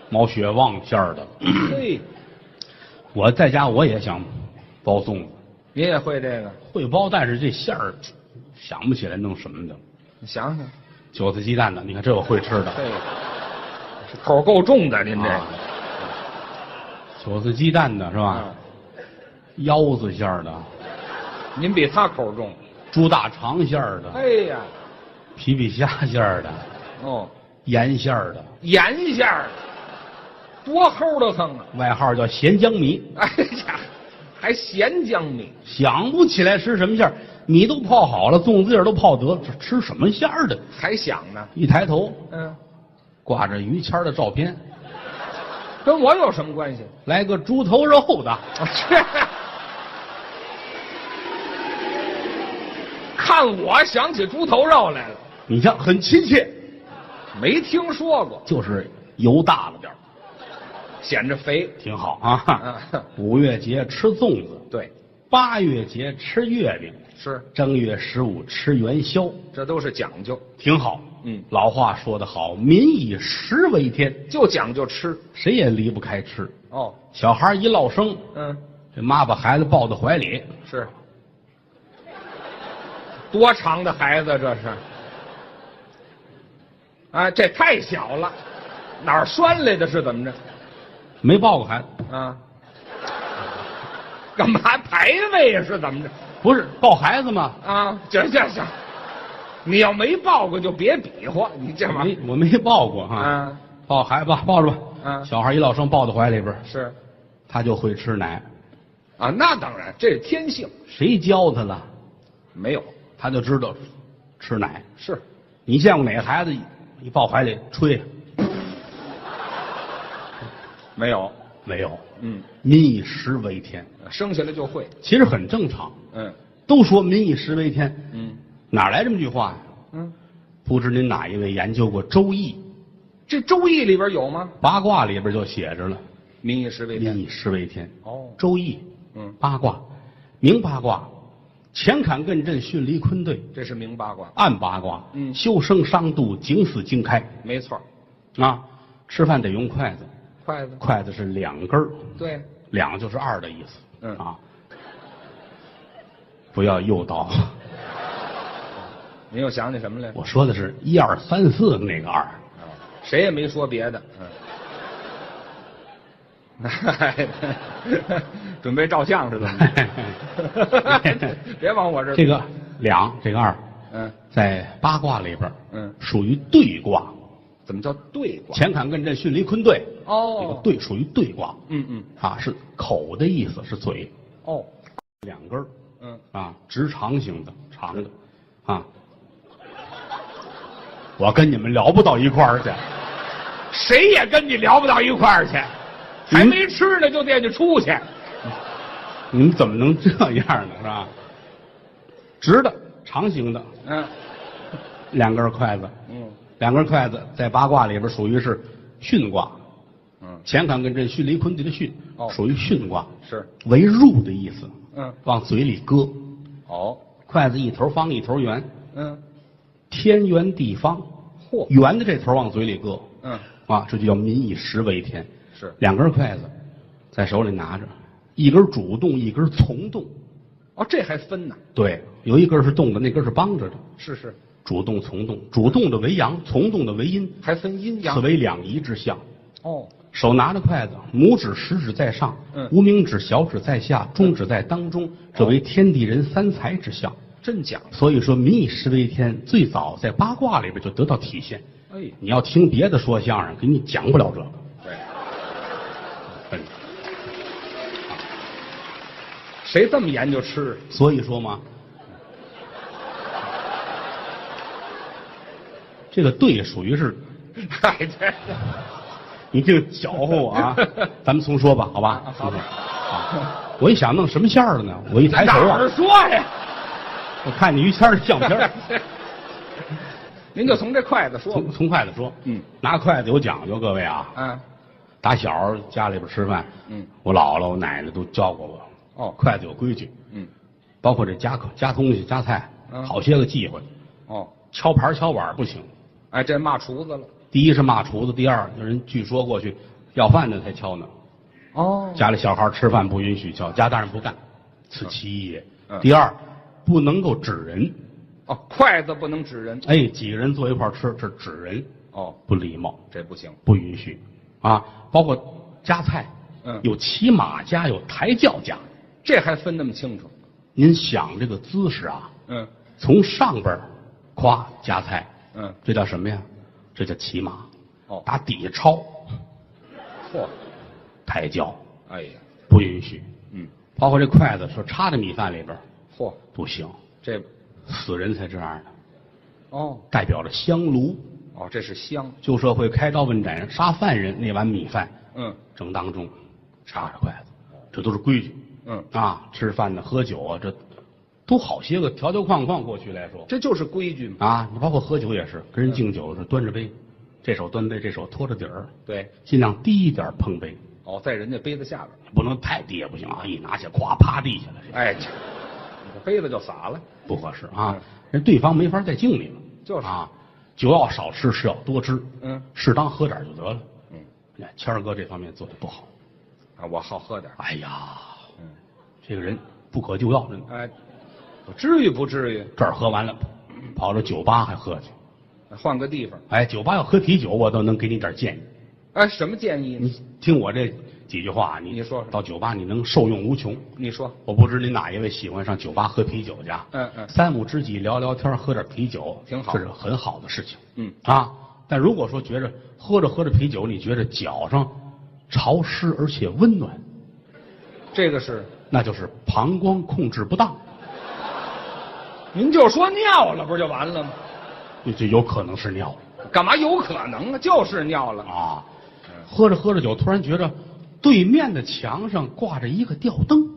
S1: 毛血旺馅儿的。
S3: 嘿，
S1: *clears throat* 我在家我也想包粽子，
S3: 你也会这个？
S1: 会包，但是这馅儿想不起来弄什么的。
S3: 你想想，
S1: 韭菜鸡蛋的，你看这我会吃的。
S3: 嘿，这口够重的，您这
S1: 啊
S3: 个。
S1: 韭菜鸡蛋的是吧
S3: 啊？，
S1: 腰子馅儿的，
S3: 您比他口重。
S1: 猪大肠馅儿的，
S3: 哎呀，
S1: 皮皮虾馅儿的，
S3: 哦，
S1: 盐馅儿的，
S3: 盐馅儿的，多齁的慌啊！ *laughs*
S1: 外号叫咸江米。
S3: 哎呀，还咸江米，
S1: 想不起来吃什么馅儿，米都泡好了，粽子叶儿都泡得，这吃什么馅儿的？
S3: 还想呢？
S1: 一抬头，
S3: 嗯，
S1: 挂着于谦儿的照片，
S3: 跟我有什么关系？
S1: 来个猪头肉的，
S3: 我去， *laughs* 看我想起猪头肉来了，
S1: 你像很亲切，
S3: 没听说过，
S1: 就是油大了点儿
S3: 显着肥。
S1: 挺好啊
S3: 嗯。
S1: 五月节吃粽子，
S3: 对，
S1: 八月节吃月饼，
S3: 是，
S1: 正月十五吃元宵，
S3: 这都是讲究，
S1: 挺好。
S3: 嗯
S1: 老话说得好，民以食为天，
S3: 就讲究吃。
S1: 谁也离不开吃。
S3: 哦，
S1: 小孩一落生，
S3: 嗯，
S1: 这妈把孩子抱到怀里，
S3: 是。多长的孩子这是？啊，这太小了，哪儿拴来的？是怎么着？
S1: 没抱过孩子。
S3: 啊，干嘛排位呀？是怎么着？
S1: 不是抱孩子吗？
S3: 啊，行行行，你要没抱过就别比划，你这玩意
S1: 没，我没抱过
S3: 儿
S1: 哈。
S3: 啊
S1: 抱孩子吧，抱着吧。
S3: 嗯
S1: 小孩一落生抱到怀里边儿，
S3: 是
S1: 他就会吃奶。
S3: 啊，那当然，这是天性，
S1: 谁教他了？
S3: 没有
S1: 他就知道吃奶。
S3: 是
S1: 你见过哪个孩子一抱怀里吹？
S3: 没有，
S1: 没有。
S3: 嗯，
S1: 民以食为天，
S3: 生下来就会，
S1: 其实很正常。
S3: 嗯
S1: 都说民以食为天，
S3: 嗯
S1: 哪来这么句话呀？
S3: 嗯，
S1: 不知您哪一位研究过《周易》
S3: 这《周易》里边有吗？
S1: 八卦里边就写着了
S3: 民以食
S1: “
S3: 为
S1: 民
S3: 天。
S1: 以食为天”。
S3: 哦
S1: 《周易》
S3: 嗯，
S1: 八卦，明八卦，乾坎艮震巽离坤兑，
S3: 这是明八卦，
S1: 暗八卦，
S3: 嗯
S1: 修生伤度，景死经开，
S3: 没错儿，
S1: 啊，吃饭得用筷子，
S3: 筷子
S1: 筷子是两根儿，
S3: 对，
S1: 两就是二的意思，
S3: 嗯
S1: 啊，不要诱导，
S3: 您又想起什么来？
S1: 我说的是一二三四那个二，
S3: 啊，谁也没说别的，嗯。准备照相是 *laughs* 怎么着？别往我这儿
S1: 这个两这个二，
S3: 嗯
S1: 在八卦里边儿，
S3: 嗯
S1: 属于对卦，
S3: 怎么叫对卦？
S1: 乾坎艮震巽离坤兑，这个
S3: 哦，
S1: 兑属于对卦，
S3: 嗯嗯，
S1: 啊，是口的意思，是嘴
S3: 哦，
S1: 两根儿
S3: 嗯，
S1: 啊，直肠型的，长的啊。我跟你们聊不到一块儿去，
S3: 谁也跟你聊不到一块儿去，还没吃呢就惦记出去，
S1: 你们怎么能这样呢？是吧？直的，长形的，
S3: 嗯
S1: 两根儿筷子，
S3: 嗯
S1: 两根儿筷子在八卦里边属于是巽卦，
S3: 嗯，
S1: 乾坎艮震巽离坤兑的巽，
S3: 哦
S1: 属于巽卦，
S3: 是，
S1: 为入的意思，
S3: 嗯，
S1: 往嘴里搁，
S3: 哦，
S1: 筷子一头方一头圆，
S3: 嗯，
S1: 天圆地方，
S3: 嚯，
S1: 圆的这头往嘴里搁，
S3: 嗯，
S1: 啊，这就叫民以食为天。
S3: 是，
S1: 两根筷子在手里拿着，一根主动，一根从动。
S3: 哦，这还分呢，
S1: 对，有一根是动的，那根是帮着的。
S3: 是是，
S1: 主动、从动，主动的为阳，从动的为阴，
S3: 还分阴
S1: 此
S3: 阳，
S1: 为两仪之象。
S3: 哦，
S1: 手拿着筷子，拇指、食指在上，
S3: 嗯
S1: 无名指、小指在下，中指在当中，这为天地人三才之象。
S3: 真讲究，
S1: 所以说，民以食为天，最早在八卦里边就得到体现。
S3: 哎，
S1: 你要听别的说相声，给你讲不了这个。嗯
S3: 对，谁这么研究吃？ *laughs*
S1: 所以说嘛，这个对属于是，
S3: 哎，对，
S1: 你净搅和我
S3: *laughs*
S1: 啊！咱们重说吧，好吧？
S3: 好吧
S1: 啊我一想弄什么馅儿的呢？我一抬头
S3: 哪
S1: 啊
S3: 儿，说呀？
S1: 我看见于谦儿的相片
S3: *laughs*
S1: 儿，
S3: 您就从这筷子说
S1: 从
S3: 吧。
S1: 从筷子说，
S3: 嗯，
S1: 拿筷子有讲究，各位啊，
S3: 啊，
S1: 打小家里边吃饭，
S3: 嗯，
S1: 我姥姥、我奶奶都教过我，
S3: 哦，
S1: 筷子有规矩，
S3: 嗯，
S1: 包括这夹口夹东西、夹菜，
S3: 嗯
S1: 好些个忌讳，
S3: 哦，
S1: 敲盘儿敲碗儿不行。
S3: 哎，这骂厨子了。
S1: 第一是骂厨子，第二有人据说过去要饭的才敲呢，
S3: 哦，
S1: 家里小孩吃饭不允许敲，家大人不干，此其一也。
S3: 嗯
S1: 第二，不能够指人，
S3: 哦，筷子不能指人。
S1: 哎，几个人坐一块儿吃，这指人
S3: 哦，
S1: 不礼貌，
S3: 这不行。
S1: 不允许啊。包括夹菜，
S3: 嗯
S1: 有骑马夹，有抬轿夹。
S3: 这还分那么清楚。
S1: 您想这个姿势啊，
S3: 嗯
S1: 从上边儿夸夹菜，
S3: 嗯，
S1: 这叫什么呀？这叫骑马，
S3: 哦，
S1: 打底下抄
S3: 嚯，
S1: 抬轿，
S3: 哎呀，
S1: 不允许。
S3: 嗯，
S1: 包括这筷子说插在米饭里边儿
S3: 嚯，
S1: 不行，
S3: 这，
S1: 死人才这样的，
S3: 哦
S1: 代表着香炉。
S3: 哦，这是香。
S1: 旧社会开刀问斩杀犯人那碗米饭
S3: 嗯
S1: 正当中，插着筷子，这都是规矩
S3: 嗯，
S1: 啊。吃饭呢，喝酒啊，这都好些个条条框框。过去来说
S3: 这就是规矩嘛。
S1: 啊，你包括喝酒也是，跟人敬酒是端着杯，这手端杯，这手托着底儿，
S3: 对，
S1: 尽量低一点碰杯，
S3: 哦，在人家杯子下边。
S1: 不能太低也不行啊。一拿起来，咵趴地下了，这
S3: 哎，这你这杯子就洒了。
S1: 不合适啊
S3: 嗯。
S1: 人对方没法再敬你了，
S3: 就是
S1: 啊，酒要少吃，是要多吃，
S3: 嗯
S1: 适当喝点儿就得了。
S3: 嗯，
S1: 哎谦儿哥这方面做的不好。
S3: 啊，我好喝点儿。
S1: 哎呀，
S3: 嗯，
S1: 这个人不可救药，真的。
S3: 哎，我至于不至于？
S1: 这儿喝完了，跑到酒吧还喝去。
S3: 换个地方。
S1: 哎，酒吧要喝啤酒，我倒能给你点建议。
S3: 哎，什么建议呢？
S1: 你听我这几句话，啊你
S3: 你说说
S1: 到酒吧你能受用无穷。
S3: 你说。
S1: 我不知您哪一位喜欢上酒吧喝啤酒去啊？
S3: 嗯嗯
S1: 三五知己聊聊天，喝点啤酒，
S3: 挺好
S1: 这是很好的事情。
S3: 嗯
S1: 啊，但如果说觉着喝着喝着啤酒，你觉着脚上潮湿而且温暖，
S3: 这个是，
S1: 那就是膀胱控制不当，
S3: 您就说尿了，不就完了吗？
S1: 就就有可能是尿了
S3: 干嘛有可能啊？就是尿了。
S1: 啊。
S3: 嗯
S1: 喝着喝着酒，突然觉着对面的墙上挂着一个吊灯，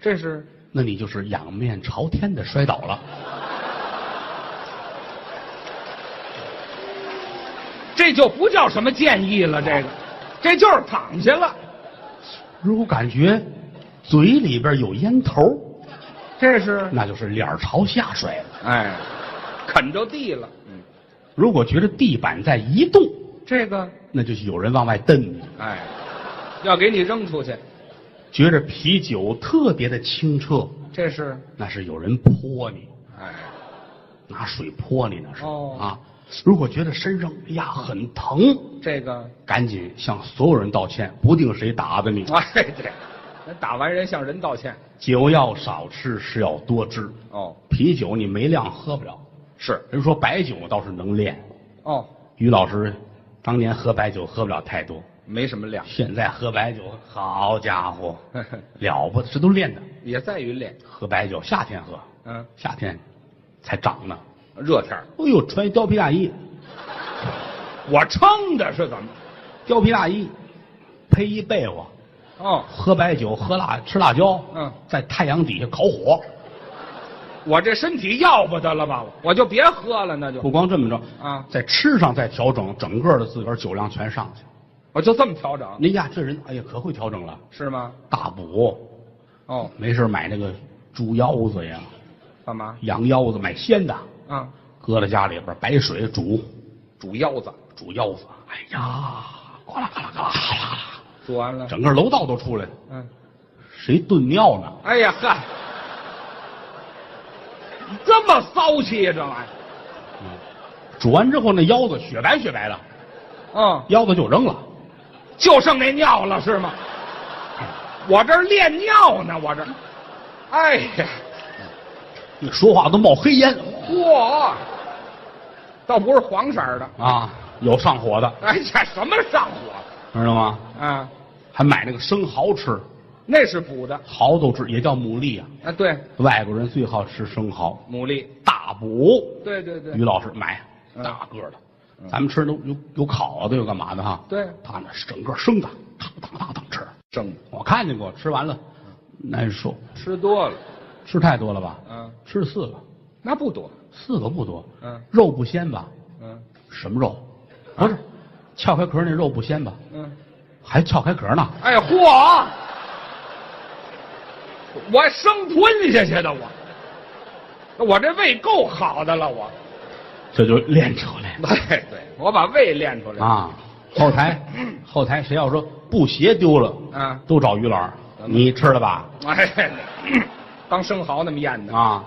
S3: 这是
S1: 那你就是仰面朝天的摔倒了。
S3: 这就不叫什么建议了，这个，这就是躺下了，
S1: 如果感觉嘴里边有烟头，
S3: 这是，
S1: 那就是脸儿朝下摔了。
S3: 哎，啃着地了，嗯，
S1: 如果觉得地板在移动，
S3: 这个，
S1: 那就是有人往外蹬你。
S3: 哎，要给你扔出去，
S1: 觉着啤酒特别的清澈，
S3: 这是，
S1: 那是有人泼你，
S3: 哎，
S1: 拿水泼你那是、
S3: 哦
S1: 啊。如果觉得身上哎呀很疼，
S3: 这个，
S1: 赶紧向所有人道歉，不定谁打的你。
S3: 哎，对，那打完人向人道歉，
S1: 酒要少吃，是要多吃。
S3: 哦，
S1: 啤酒你没量喝不了，
S3: 是，
S1: 人说白酒倒是能练。
S3: 哦，
S1: 于老师当年喝白酒喝不了太多，
S3: 没什么量，
S1: 现在喝白酒，好家伙，了不得，这都练的。
S3: 也在于练，
S1: 喝白酒，夏天喝，
S3: 嗯，
S1: 夏天才长呢。
S3: 热天儿
S1: 哎呦，穿一貂皮大衣，
S3: 我撑着是怎么？
S1: 貂皮大衣，披一被窝，
S3: 哦，
S1: 喝白酒，喝辣，吃辣椒，
S3: 嗯，
S1: 在太阳底下烤火。
S3: 我这身体要不得了吧？我就别喝了，那就
S1: 不光这么着
S3: 啊
S1: 在吃上再调整，整个的自个儿酒量全上去。
S3: 我就这么调整，
S1: 哎呀，这人哎呀可会调整了，
S3: 是吗？
S1: 大补，
S3: 哦，
S1: 没事儿买那个猪腰子呀、
S3: 干嘛？
S1: 羊腰子，买鲜的，
S3: 啊，
S1: 搁在家里边儿白水煮，
S3: 煮腰子，
S1: 煮腰子。哎呀，呱啦呱啦呱啦呱啦呱啦，
S3: 煮完了，
S1: *laughs* 整个楼道都出来了。
S3: 嗯，
S1: 谁炖尿呢？
S3: 哎呀嗨，这么骚气这玩意儿，
S1: 煮完之后那腰子雪白雪白的，
S3: 嗯，
S1: 腰子就扔了。
S3: 就剩那尿了是吗？我这儿练尿呢，我这儿，哎呀，
S1: 那说话都冒黑烟
S3: 嚯，倒不是黄色儿的，
S1: 啊，有上火的，
S3: 哎呀，什么上火
S1: 知道吗？
S3: 啊？
S1: 还买那个生蚝吃，
S3: 那是补的
S1: 蚝都知也叫牡蛎啊，
S3: 啊，对，
S1: 外国人最好吃生蚝，
S3: 牡蛎，
S1: 大补。
S3: 对对对
S1: 于，老师买
S3: 嗯
S1: 大个儿的，咱们吃都有有烤的，有干嘛的哈？
S3: 对
S1: 他那是整个生的，当当当当吃。
S3: 蒸的，
S1: 我看见过，吃完了难受，
S3: 吃多了，
S1: 吃太多了吧？
S3: 嗯，
S1: 吃了四个，
S3: 那不多，
S1: 四个不多。
S3: 嗯，
S1: 肉不鲜吧？
S3: 嗯
S1: 什么肉？不是，撬开壳那肉不鲜吧？
S3: 嗯，
S1: 还撬开壳呢？
S3: 哎嚯，我生吞下去的我，我这胃够好的了我，
S1: 这就练出来
S3: *laughs*
S1: 了
S3: 对哎对，我把胃练出来了，
S1: 啊！后台，后台谁要说布鞋丢了，
S3: 嗯
S1: 都找于老师，你吃了吧？
S3: 哎，当生蚝那么咽的，
S1: 啊，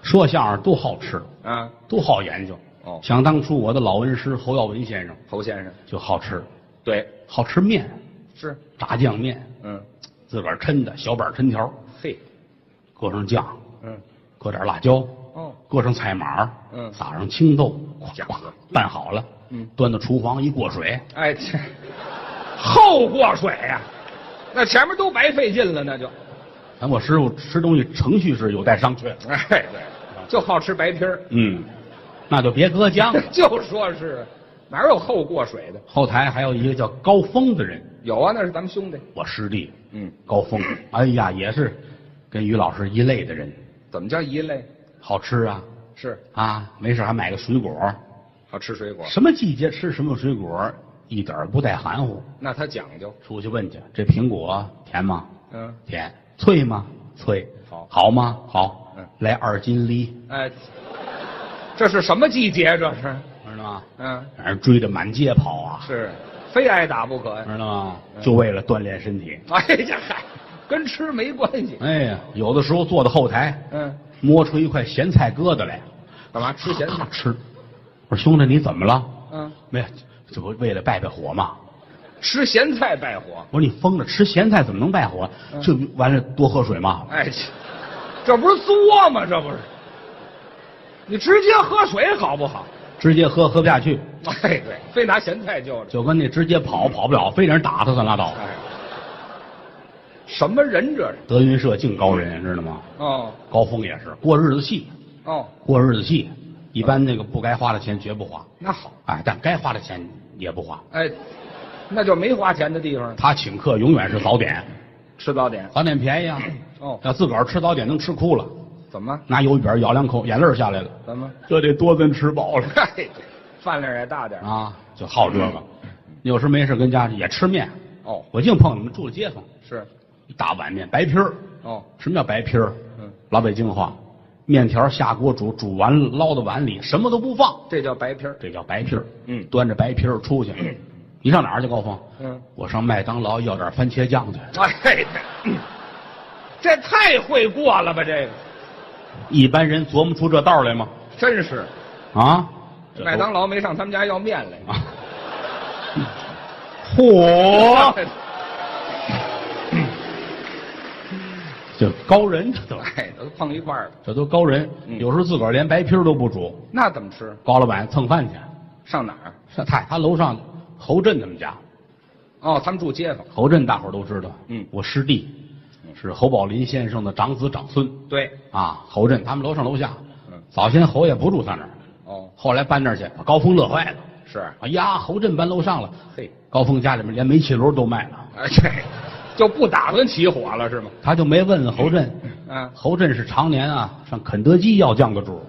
S1: 说相声都好吃，
S3: 啊，
S1: 都好研究。
S3: 哦
S1: 想当初我的老文师侯耀文先生
S3: 侯先生，
S1: 就好吃，
S3: 对，
S1: 好吃面，
S3: 是，
S1: 炸酱面，
S3: 嗯，
S1: 自个儿抻的小板抻条，
S3: 嘿，
S1: 搁上酱，
S3: 嗯，
S1: 搁点辣椒，
S3: 哦，
S1: 搁上菜码儿
S3: 嗯
S1: 撒上青豆，
S3: 家
S1: 咵
S3: 伙
S1: 咵拌好了，
S3: 嗯
S1: 端到厨房一过水，
S3: 哎，这后过水呀、那前面都白费劲了，那就，
S1: 咱我师傅吃东西程序是有待商榷，
S3: 哎，对，就好吃白皮儿，
S1: 嗯，那就别搁
S3: *laughs*
S1: 姜了。
S3: 就说是哪有后过水的？
S1: 后台还有一个叫高峰的人，
S3: 有啊，那是咱们兄弟。
S1: 我师弟
S3: 嗯，
S1: 高峰，哎呀，也是跟于老师一类的人，
S3: 怎么叫一类？
S1: 好吃啊
S3: 是
S1: 啊，没事还买个水果，
S3: 好吃水果，
S1: 什么季节吃什么水果，一点儿不带含糊。
S3: 那他讲究。
S1: 出去问去，这苹果甜吗？
S3: 嗯，
S1: 甜。脆吗？脆。
S3: 好
S1: 好吗？好。
S3: 嗯
S1: 来二斤梨，
S3: 哎，这是什么季节？这是，
S1: 知道吗？
S3: 嗯，
S1: 反正追着满街跑啊，
S3: 是嗯非挨打不可呀。
S1: 知道吗？就为了锻炼身体。
S3: 哎呀，嗨，跟吃没关系。
S1: 哎呀，有的时候坐到后台，
S3: 嗯，
S1: 摸出一块咸菜疙瘩来，
S3: 干嘛吃咸
S1: 咔
S3: 菜
S1: 咔？吃。我说兄弟，你怎么了？
S3: 嗯，
S1: 没有，这不为了败败火吗？
S3: 吃咸菜败火。
S1: 我说你疯了，吃咸菜怎么能败火？这不完了多喝水吗？
S3: 嗯哎，切这不是作吗？这不是，你直接喝水好不好？
S1: 直接喝喝不下去，
S3: 哎，对，非拿咸菜就着。
S1: 就跟那直接跑跑不了，非得人打他算拉倒。
S3: 哎，什么人这是？
S1: 德云社净高人，知道吗？
S3: 哦
S1: 高峰也是过日子细，
S3: 哦，
S1: 过日子细，一般那个不该花的钱绝不花，
S3: 那好，
S1: 哎，但该花的钱也不花。
S3: 哎，那就没花钱的地方，
S1: 他请客永远是早点，
S3: 吃早点。
S1: 早点便宜啊！
S3: 哦，
S1: 要自个儿吃早点能吃哭了，
S3: 怎么
S1: 拿油饼咬两口，眼泪儿下来了，
S3: 怎么？ *laughs*
S1: 这得多咱吃饱了
S3: 嗨、对饭量也大点儿。
S1: *laughs* 啊！就好这个，有时没事跟家也吃面。
S3: 哦，
S1: 我净碰你们住的街坊，
S3: 是，
S1: 一大碗面白皮儿。
S3: 哦，
S1: 什么叫白皮儿？
S3: 嗯，
S1: 老北京话，面条下锅煮，煮完了捞到碗里，什么都不放，
S3: 这叫白皮儿。
S1: 这叫白皮儿。
S3: 嗯
S1: 端着白皮儿出去，你上哪儿去，高峰？
S3: 嗯，
S1: 我上麦当劳要点番茄酱去，
S3: 哎，对嗯这太会过了吧？这个
S1: 一般人琢磨出这道来吗？
S3: 真是，
S1: 啊，
S3: 麦当
S1: 劳
S3: 劳没上他们家要面来。 *laughs*
S1: 啊，嚯，
S3: *laughs*
S1: 这高人这都，
S3: 哎，都碰一块儿了，
S1: 这都高人，
S3: 嗯
S1: 有时候自个儿连白皮儿都不煮，
S3: 那怎么吃？
S1: 高老板蹭饭去，
S3: 上哪儿？
S1: 上他他楼上侯震他们家，
S3: 哦，他们住街坊。
S1: 侯震大伙儿都知道，
S3: 嗯
S1: 我师弟是侯宝林先生的长子长孙
S3: 对，
S1: 啊，侯震他们楼上楼下
S3: 嗯，
S1: 早先侯爷不住他那儿，
S3: 哦，
S1: 后来搬那儿去，把高峰乐坏了，
S3: 是，
S1: 哎呀，侯震搬楼上了，
S3: 嘿，
S1: 高峰家里面连煤气炉都卖了，
S3: 哎，这就不打算起火了是吗？
S1: 他就没问问侯震，
S3: 啊，
S1: 侯震是常年啊上肯德基要酱的主，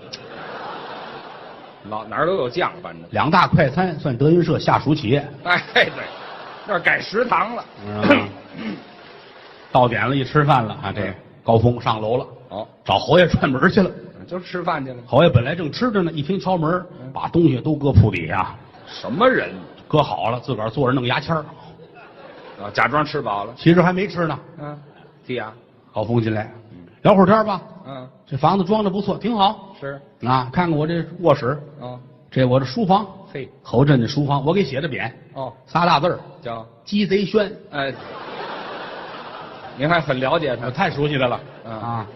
S3: 老哪儿都有酱，反正。
S1: 两大快餐算德云社下属企业，
S3: *laughs* 哎，对，那儿改食堂了。
S1: 你知道
S3: *coughs*
S1: 吗？到点了，一吃饭了啊，这
S3: 嗯
S1: 高峰上楼了，
S3: 哦，
S1: 找侯爷串门去了。
S3: 就吃饭去了。
S1: 侯爷本来正吃着呢，一听敲门，
S3: 嗯
S1: 把东西都搁铺底下，
S3: 什么人
S1: 搁好了，自个儿坐着弄牙签儿，
S3: 啊？假装吃饱了。
S1: 其实还没吃呢。
S3: 嗯，对呀，
S1: 高峰进来，聊会儿天儿吧。
S3: 嗯，
S1: 这房子装的不错，挺好
S3: 是。
S1: 啊。看看我这卧室，
S3: 哦，
S1: 这我这书房，
S3: 嘿，
S1: 侯震的书房，我给写的匾，
S3: 哦，
S1: 仨大字儿
S3: 叫
S1: “鸡贼轩
S3: 哎，您还很了解”，
S1: 我
S3: 他。
S1: 哎太熟悉他了
S3: 嗯
S1: 啊。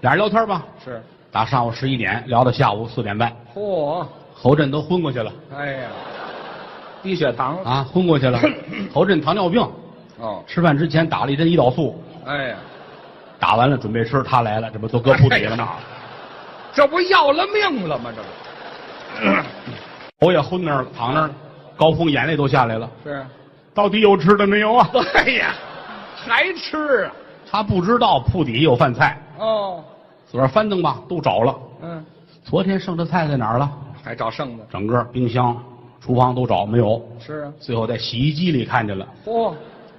S1: 俩人聊天吧，
S3: 是。
S1: 打上午十一点聊到下午四点半，
S3: 嚯，
S1: 侯震都昏过去了
S3: 哎呀，低血糖了。
S1: 啊，昏过去了。侯震糖尿病，
S3: 哦，
S1: 吃饭之前打了一针胰岛素，
S3: 哎呀，
S1: 打完了准备吃，他来了，这不都搁铺底了
S3: 哎
S1: 吗？
S3: 这不要了命了吗？这不
S1: 头也昏那儿了，躺那儿了，高峰眼泪都下来了。
S3: 是？
S1: 到底有吃的没有啊？
S3: 哎呀，还吃啊？
S1: 他不知道铺底有饭菜，
S3: 哦，
S1: 自个儿翻腾吧，都找了。
S3: 嗯，
S1: 昨天剩的菜在哪儿了？
S3: 还找剩的
S1: 整个冰箱、厨房都找没有，
S3: 吃啊？
S1: 最后在洗衣机里看见了，
S3: 嚯，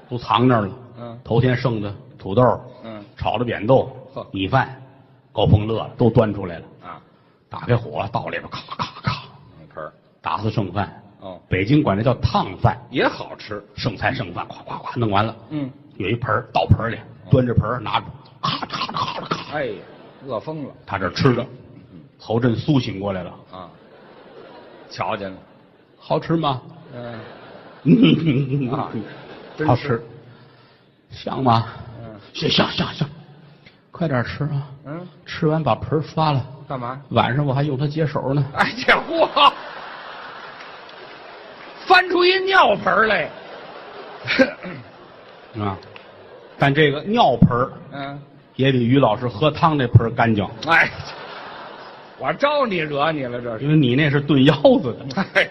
S1: 都藏那儿了。
S3: 嗯
S1: 头天剩的土豆、
S3: 嗯
S1: 炒的扁豆
S3: 呵、
S1: 米饭，高峰乐了，都端出来了。
S3: 啊，
S1: 打开火到里边，咔咔咔，
S3: 那盆儿
S1: 打死剩饭。
S3: 哦，
S1: 北京管这叫烫饭，
S3: 也好吃。
S1: 剩菜剩饭，咵咵咵弄完了。
S3: 嗯，
S1: 有一盆儿倒盆儿里，端着盆儿拿着，咔嚓咔嚓咔嚓，
S3: 哎呀，饿疯了
S1: 他这吃着。侯震苏醒过来了，
S3: 啊！瞧见了，
S1: 好吃吗？
S3: 嗯、 *laughs*
S1: 嗯
S3: 啊真
S1: 好
S3: 是
S1: 吃，香吗？
S3: 嗯
S1: 香香香香，快点吃啊！
S3: 嗯，
S1: 吃完把盆儿刷了，
S3: 干嘛？
S1: 晚上我还用它解手呢。
S3: *laughs* 哎呀，嚯！翻出一尿盆儿来，
S1: 啊，但这个尿盆儿
S3: *laughs* 嗯，
S1: 也比于老师喝汤那盆儿干净，
S3: 哎，我招你惹你了这是？
S1: 因为你那是炖腰子的
S3: *laughs* 哎，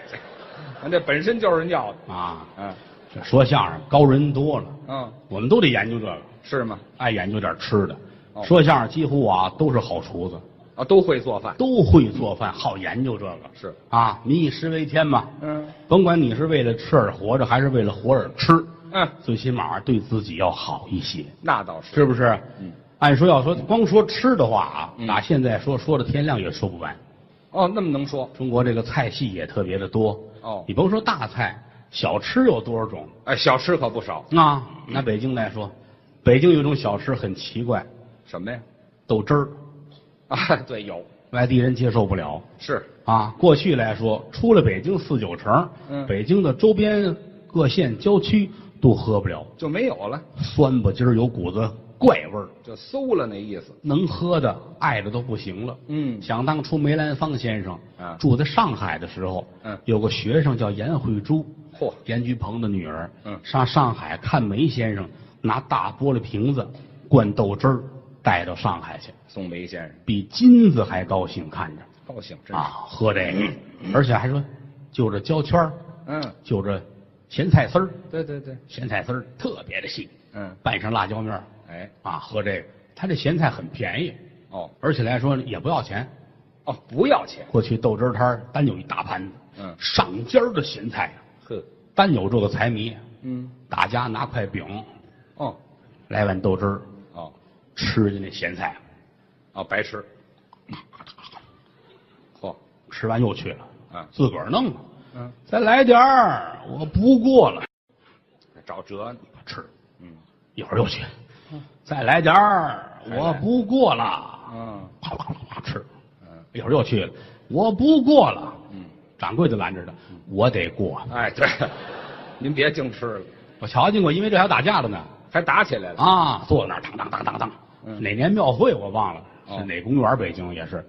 S3: 这这本身就是尿的。
S1: 啊。
S3: 嗯
S1: 这说相声高人多了，
S3: 嗯，
S1: 我们都得研究这个，
S3: 是吗？
S1: 爱研究点吃的。
S3: 哦
S1: 说相声几乎啊都是好厨子，
S3: 啊，都会做饭。
S1: 都会做饭，好研究这个
S3: 是
S1: 啊。民以食为天嘛，
S3: 嗯
S1: 甭管你是为了吃而活着，还是为了活而吃，
S3: 嗯，
S1: 最起码对自己要好一些，
S3: 那倒是。
S1: 是不是？
S3: 嗯。
S1: 按说要说光说吃的话啊，
S3: 嗯
S1: 打现在说说的天亮也说不完。
S3: 哦，那么能说？
S1: 中国这个菜系也特别的多。
S3: 哦
S1: 你甭说大菜，小吃有多少种
S3: 哎，小吃可不少。
S1: 啊？拿北京来说，北京有一种小吃很奇怪，
S3: 什么呀？
S1: 豆汁儿，
S3: 啊，对，有
S1: 外地人接受不了
S3: 是
S1: 啊。过去来说，出了北京四九城，
S3: 嗯
S1: 北京的周边各县郊区都喝不了，
S3: 就没有了，
S1: 酸吧唧儿有股子怪味儿，
S3: 就馊了那意思。
S1: 能喝的爱的都不行了。
S3: 嗯
S1: 想当初梅兰芳先生
S3: 啊
S1: 住在上海的时候，
S3: 嗯
S1: 有个学生叫颜慧珠，
S3: 嚯，
S1: 严菊鹏的女儿，
S3: 嗯
S1: 上上海看梅先生拿大玻璃瓶子灌豆汁儿带到上海去，
S3: 宋梅先生
S1: 比金子还高兴看着
S3: 高兴，真是。
S1: 啊，喝这个，而且还说就着焦圈儿，
S3: 嗯，
S1: 就着咸菜丝儿，
S3: 对对对，
S1: 咸菜丝儿特别的细，
S3: 嗯，
S1: 拌上辣椒面儿
S3: 哎，
S1: 啊，喝这个，他这咸菜很便宜，
S3: 哦
S1: 而且来说也不要钱。
S3: 哦，不要钱。
S1: 过去豆汁儿摊儿单有一大盘子，
S3: 嗯
S1: 上尖儿的咸菜呀，
S3: 呵，
S1: 单有这个财迷，
S3: 嗯，
S1: 大家拿块饼，
S3: 哦
S1: 来碗豆汁儿，
S3: 哦
S1: 吃进那咸菜，
S3: 哦，白吃。嚯，
S1: 吃完又去了，
S3: 啊，
S1: 自个儿弄吧，
S3: 嗯，
S1: 再来点儿，我不过了，
S3: 找辙呢。
S1: 吃，
S3: 嗯
S1: 一会儿又去，再来点儿，
S3: 来
S1: 我不过了，
S3: 嗯
S1: 啪啪啪啪吃，
S3: 嗯
S1: 一会儿又去了，我不过了，
S3: 嗯，
S1: 掌柜的拦着他，我得过，
S3: 哎，对， *laughs* 您别净吃了，
S1: 我瞧见过，因为这还打架的呢，
S3: 还打起来了。
S1: 啊，坐在那儿当当当当当，
S3: 嗯
S1: 哪年庙会我忘了，
S3: 哦
S1: 是哪公园儿？北京也是，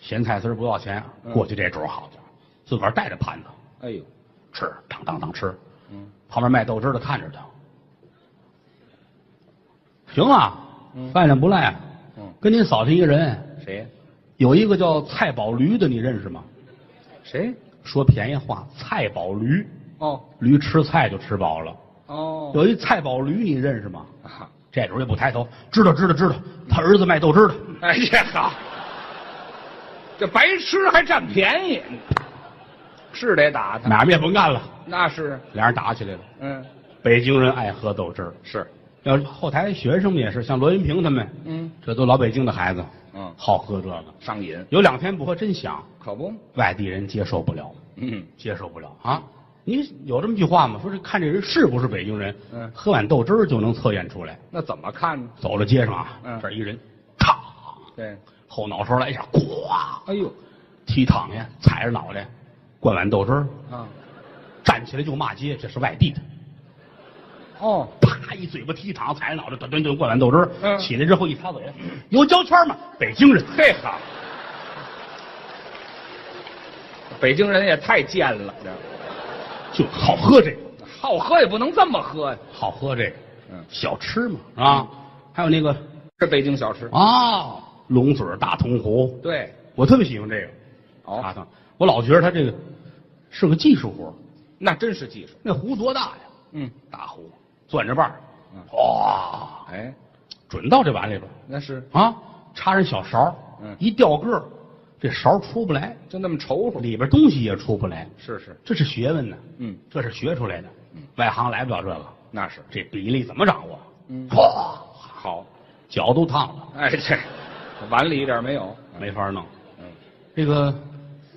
S1: 咸菜丝儿不要钱，
S3: 嗯
S1: 过去这主儿好家伙，自个儿带着盘子
S3: 哎呦，
S1: 吃，当当当吃，
S3: 嗯
S1: 旁边卖豆汁儿的看着他，行啊，
S3: 嗯
S1: 饭量不赖啊，
S3: 嗯，
S1: 跟您嫂子一个人，
S3: 谁呀？
S1: 有一个叫蔡宝驴的，你认识吗？
S3: 谁？
S1: 说便宜话，蔡宝驴，
S3: 哦
S1: 驴吃菜就吃饱了。
S3: 哦，
S1: 有一蔡宝驴，你认识吗？
S3: 啊
S1: 这主儿也不抬头，知道知道知道，他儿子卖豆汁儿的。
S3: *laughs* 哎呀，好，这白吃还占便宜，是得打他，
S1: 哪儿也甭干了，
S3: 那是，
S1: 俩人打起来了。
S3: 嗯，
S1: 北京人爱喝豆汁儿，
S3: 是，
S1: 要是后台学生们也是，像罗云平他们，
S3: 嗯
S1: 这都老北京的孩子，
S3: 嗯，
S1: 好喝这个。
S3: 上瘾，
S1: 有两天不喝真香，
S3: 可不，
S1: 外地人接受不了，
S3: 嗯，
S1: 接受不了啊！你有这么句话吗？说这看这人是不是北京人，
S3: 嗯
S1: 喝碗豆汁儿就能测验出来。
S3: 那怎么看呢？
S1: 走到街上啊，
S3: 嗯
S1: 这儿一人，咔，
S3: 对，
S1: 后脑勺来一下，呱，
S3: 哎呦，
S1: 踢躺下，踩着脑袋，灌碗豆汁儿，
S3: 啊，
S1: 站起来就骂街，这是外地的。
S3: 哦，
S1: 啪一嘴巴踢躺，踩着脑袋，墩墩墩灌碗豆汁儿。
S3: 嗯
S1: 起来之后一擦嘴，有胶圈吗？北京人，
S3: 嘿好，北京人也太贱了，
S1: 就好喝这个，
S3: 这好喝也不能这么喝呀，
S1: 好喝这个，
S3: 嗯
S1: 小吃嘛，啊，还有那个
S3: 是北京小吃。
S1: 啊，龙嘴儿大铜壶，
S3: 对，
S1: 我特别喜欢这个。茶
S3: 哦，
S1: 汤，我老觉得他这个是个技术活儿
S3: 那真是技术。
S1: 那壶多大呀？
S3: 嗯，
S1: 大壶，攥着把儿
S3: 嗯，
S1: 哇，
S3: 哎，
S1: 准到这碗里边儿
S3: 那是
S1: 啊！插上小勺儿，
S3: 嗯
S1: 一掉个儿，这勺儿出不来，
S3: 就那么稠乎。
S1: 里边东西也出不来，
S3: 是是，
S1: 这是学问呢。
S3: 嗯，
S1: 这是学出来的，外行来不了这个。
S3: 那是
S1: 这比例怎么掌握？
S3: 嗯
S1: 哗，
S3: 好。
S1: 脚都烫了，
S3: *laughs* 哎，这碗里一点没有。
S1: 没法弄。
S3: 嗯，
S1: 这个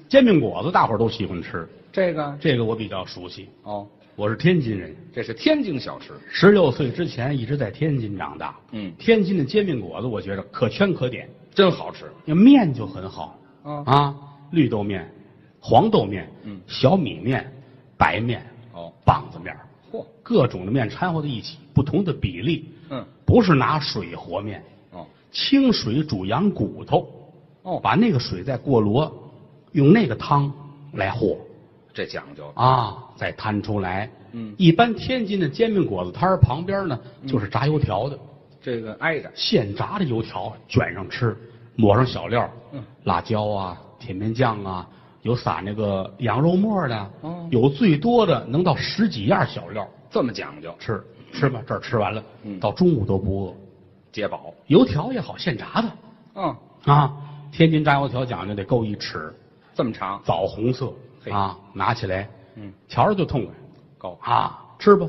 S1: 煎饼果子大伙儿都喜欢吃，
S3: 这个
S1: 这个我比较熟悉，
S3: 哦，
S1: 我是天津人。
S3: 这是天津小吃。
S1: 十六岁之前一直在天津长大，
S3: 嗯
S1: 天津的煎饼果子我觉得可圈可点，
S3: 真好吃。
S1: 那面就很好
S3: 啊
S1: 啊，绿豆面、黄豆面、
S3: 嗯
S1: 小米面、白面、
S3: 哦，
S1: 棒子面，
S3: 嚯，
S1: 各种的面掺和在一起，不同的比例，
S3: 嗯，
S1: 不是拿水和面，
S3: 哦，
S1: 清水煮羊骨头，
S3: 哦，
S1: 把那个水再过箩，用那个汤来和
S3: 这讲究。
S1: 啊，再摊出来。
S3: 嗯
S1: 一般天津的煎饼果子摊儿旁边呢，就是炸油条的。
S3: 这个挨着。
S1: 现炸的油条卷上吃，抹上小料，
S3: 嗯
S1: 辣椒啊、甜面酱啊，有撒那个羊肉沫的，
S3: 哦
S1: 有最多的能到十几样小料
S3: 这么讲究，
S1: 吃，吃吧，这儿吃完了，
S3: 嗯
S1: 到中午都不饿。
S3: 解饱。
S1: 油条也好，现炸的
S3: 嗯，
S1: 啊，天津炸油条讲究得够一尺，
S3: 这么长，
S1: 枣红色
S3: 嘿
S1: 啊，拿起来，
S3: 嗯，
S1: 瞧着就痛快
S3: 高
S1: 啊，吃吧，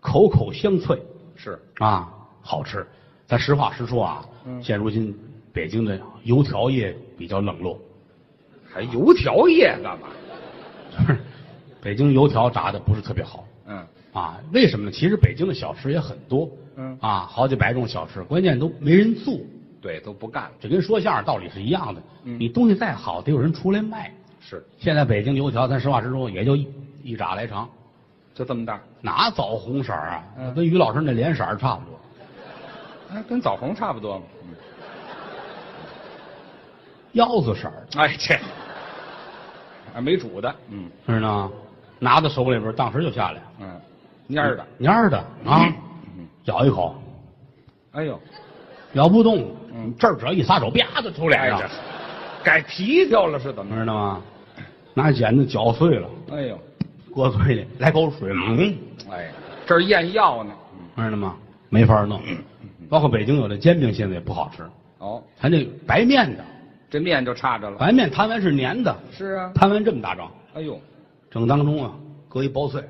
S1: 口口香脆，
S3: 是
S1: 啊，好吃。咱实话实说啊，
S3: 嗯
S1: 现如今北京的油条业比较冷落， *laughs*
S3: 还油条叶干嘛？
S1: 北京油条炸的不是特别好
S3: 嗯，
S1: 啊。为什么呢？其实北京的小吃也很多，
S3: 嗯
S1: 啊，好几百种小吃，关键都没人做，
S3: 对，都不干了。
S1: 这跟说相声道理是一样的。
S3: 嗯
S1: 你东西再好，得有人出来卖。
S3: 是，
S1: 现在北京油条，咱实话实说，也就一一扎来长，
S3: 就这么大，
S1: 哪枣红色儿啊？
S3: 嗯
S1: 跟于老师那脸色儿差不多。
S3: 哎，跟枣红差不多嘛。嗯
S1: 腰子色儿，
S3: 哎，这啊没煮的，嗯
S1: 知道吗？拿到手里边儿，当时就下来了。
S3: 嗯，蔫儿的。嗯
S1: 蔫儿的啊，咬一口，
S3: 哎呦，
S1: 咬不动，
S3: 嗯
S1: 这儿只要一撒手，啪就出脸
S3: 哎呀
S1: 上，，
S3: 改皮条了是怎么
S1: 知道吗？拿剪子绞碎了，
S3: 着？哎呦，
S1: 搁嘴里，来口水，嗯，
S3: 哎，这儿验药呢。嗯
S1: 知道吗？没法弄，包括北京有的煎饼现在也不好吃，
S3: 哦，
S1: 咱这白面的，
S3: 这面就差着了。
S1: 白面摊完是粘的，
S3: 是啊，
S1: 摊完这么大张，
S3: 哎呦，
S1: 正当中啊，搁一薄脆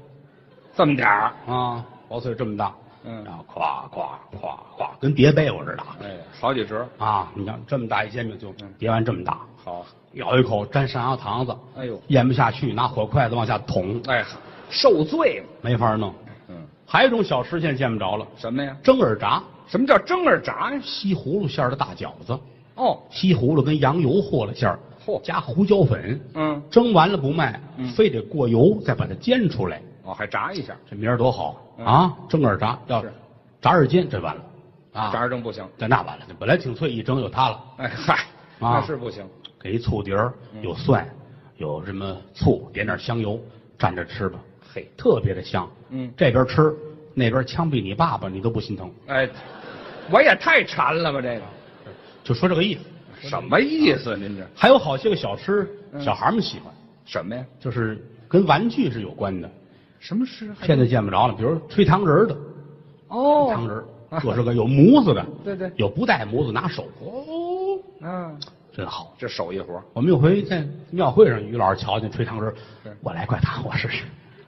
S3: 这么点儿。
S1: 啊，薄脆这么大，
S3: 嗯
S1: 然后咵咵咵咵，跟叠被窝似的
S3: 哎，好几折。
S1: 啊！你看这么大一煎饼就
S3: 嗯
S1: 叠完这么大，
S3: 好，
S1: 咬一口沾上牙膛子，
S3: 哎呦，
S1: 咽不下去，拿火筷子往下捅，
S3: 哎，受罪嘛。
S1: 没法弄。
S3: 嗯，
S1: 还有一种小吃现在见不着了，
S3: 什么呀？
S1: 蒸耳炸，
S3: 什么叫蒸耳炸呀？
S1: 西葫芦馅儿的大饺子，
S3: 哦，
S1: 西葫芦跟羊油和了馅儿，
S3: 嚯
S1: 加胡椒粉，
S3: 嗯，
S1: 蒸完了不卖
S3: 嗯，
S1: 非得过油再把它煎出来，
S3: 哦，还炸一下，
S1: 这名儿多好
S3: 嗯
S1: 啊！蒸耳炸要
S3: 是
S1: 炸耳尖，这完了啊，
S3: 炸蒸不行。
S1: 这那完了，这本来挺脆，一蒸就塌了。
S3: 哎嗨，
S1: 啊
S3: 那是不行。
S1: 给一醋碟儿，
S3: 嗯
S1: 有蒜，有什么醋，点点香油，蘸着吃吧，
S3: 嘿，
S1: 特别的香。
S3: 嗯
S1: 这边吃，那边枪毙你爸爸，你都不心疼。
S3: 哎，我也太馋了吧，这个
S1: 就说这个意思。
S3: 什么意思？啊您这
S1: 还有好些个小吃，
S3: 嗯
S1: 小孩们喜欢，
S3: 什么呀？
S1: 就是跟玩具是有关的，
S3: 什么是
S1: 现在见不着了。比如吹糖人儿的，
S3: 哦
S1: 糖人儿，做这个有模子的，
S3: 对对
S1: 有不带模子拿手，哦，
S3: 啊，
S1: 真好。
S3: 这手艺活儿
S1: 我们有回在庙会上，于老师瞧见吹糖人儿
S3: 是，
S1: 我来块糖，我试试。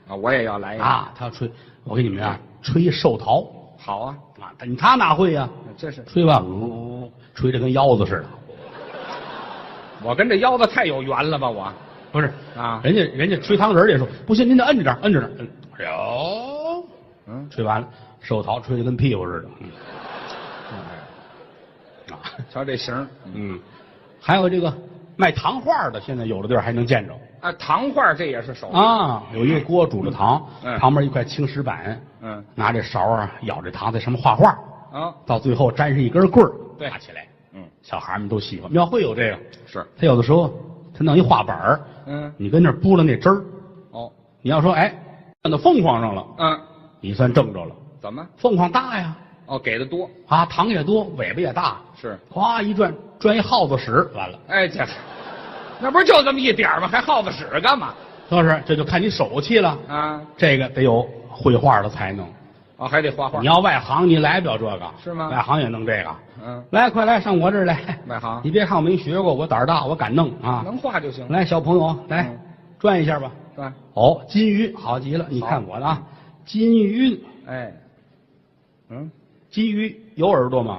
S3: 啊，我也要来一个。
S1: 啊，他吹，我给你们啊，吹一寿桃
S3: 好啊，
S1: 啊，但他哪会呀、
S3: 这是
S1: 吹吧，
S3: 嗯
S1: 呜、吹的跟腰子似的，
S3: 我跟这腰子太有缘了吧？我
S1: 不是
S3: 啊
S1: 人家人家吹糖人儿也说，不信您得摁着点儿，摁着点儿，摁哎呦，
S3: 嗯，
S1: 吹完了，寿桃吹的跟屁股似的，嗯，
S3: 哎
S1: 啊，
S3: 瞧这形儿
S1: 嗯，还有这个卖糖画的，现在有的地儿还能见着
S3: 啊，糖画这也是手艺。
S1: 啊，有一个锅煮着糖，
S3: 嗯
S1: 旁边一块青石板，
S3: 嗯
S1: 拿这勺啊舀着糖在上面画画，
S3: 啊，
S1: 到最后粘上一根棍儿，
S3: 对
S1: 拿起来，
S3: 嗯，
S1: 小孩儿们都喜欢。庙会有这个，
S3: 是，
S1: 他有的时候他弄一画板儿，
S3: 嗯，
S1: 你跟那儿拨了那汁儿，
S3: 哦，
S1: 你要说哎，站到凤凰上了，
S3: 嗯，
S1: 你算正着了。
S3: 怎么？
S1: 凤凰大呀，
S3: 哦，给的多，
S1: 啊，糖也多，尾巴也大，
S3: 是
S1: 哗一转转一耗子屎，完了，
S3: 哎，这那不是就这么一点儿吗？还耗子屎干嘛？
S1: 就是这就看你手气了。
S3: 啊，
S1: 这个得有绘画的才能，
S3: 哦，还得画画
S1: 你。要外行你来不了这个，
S3: 是吗
S1: 外行也弄这个，
S3: 嗯，
S1: 来，快来上我这儿来。
S3: 外行
S1: 你别看我没学过，我胆儿大，我敢弄啊！
S3: 能画就行，
S1: 来，小朋友，来、
S3: 嗯
S1: 转一下吧。
S3: 是吧？
S1: 哦，金鱼，好极了！你看我的啊，金鱼，
S3: 哎，嗯，
S1: 金鱼有耳朵吗？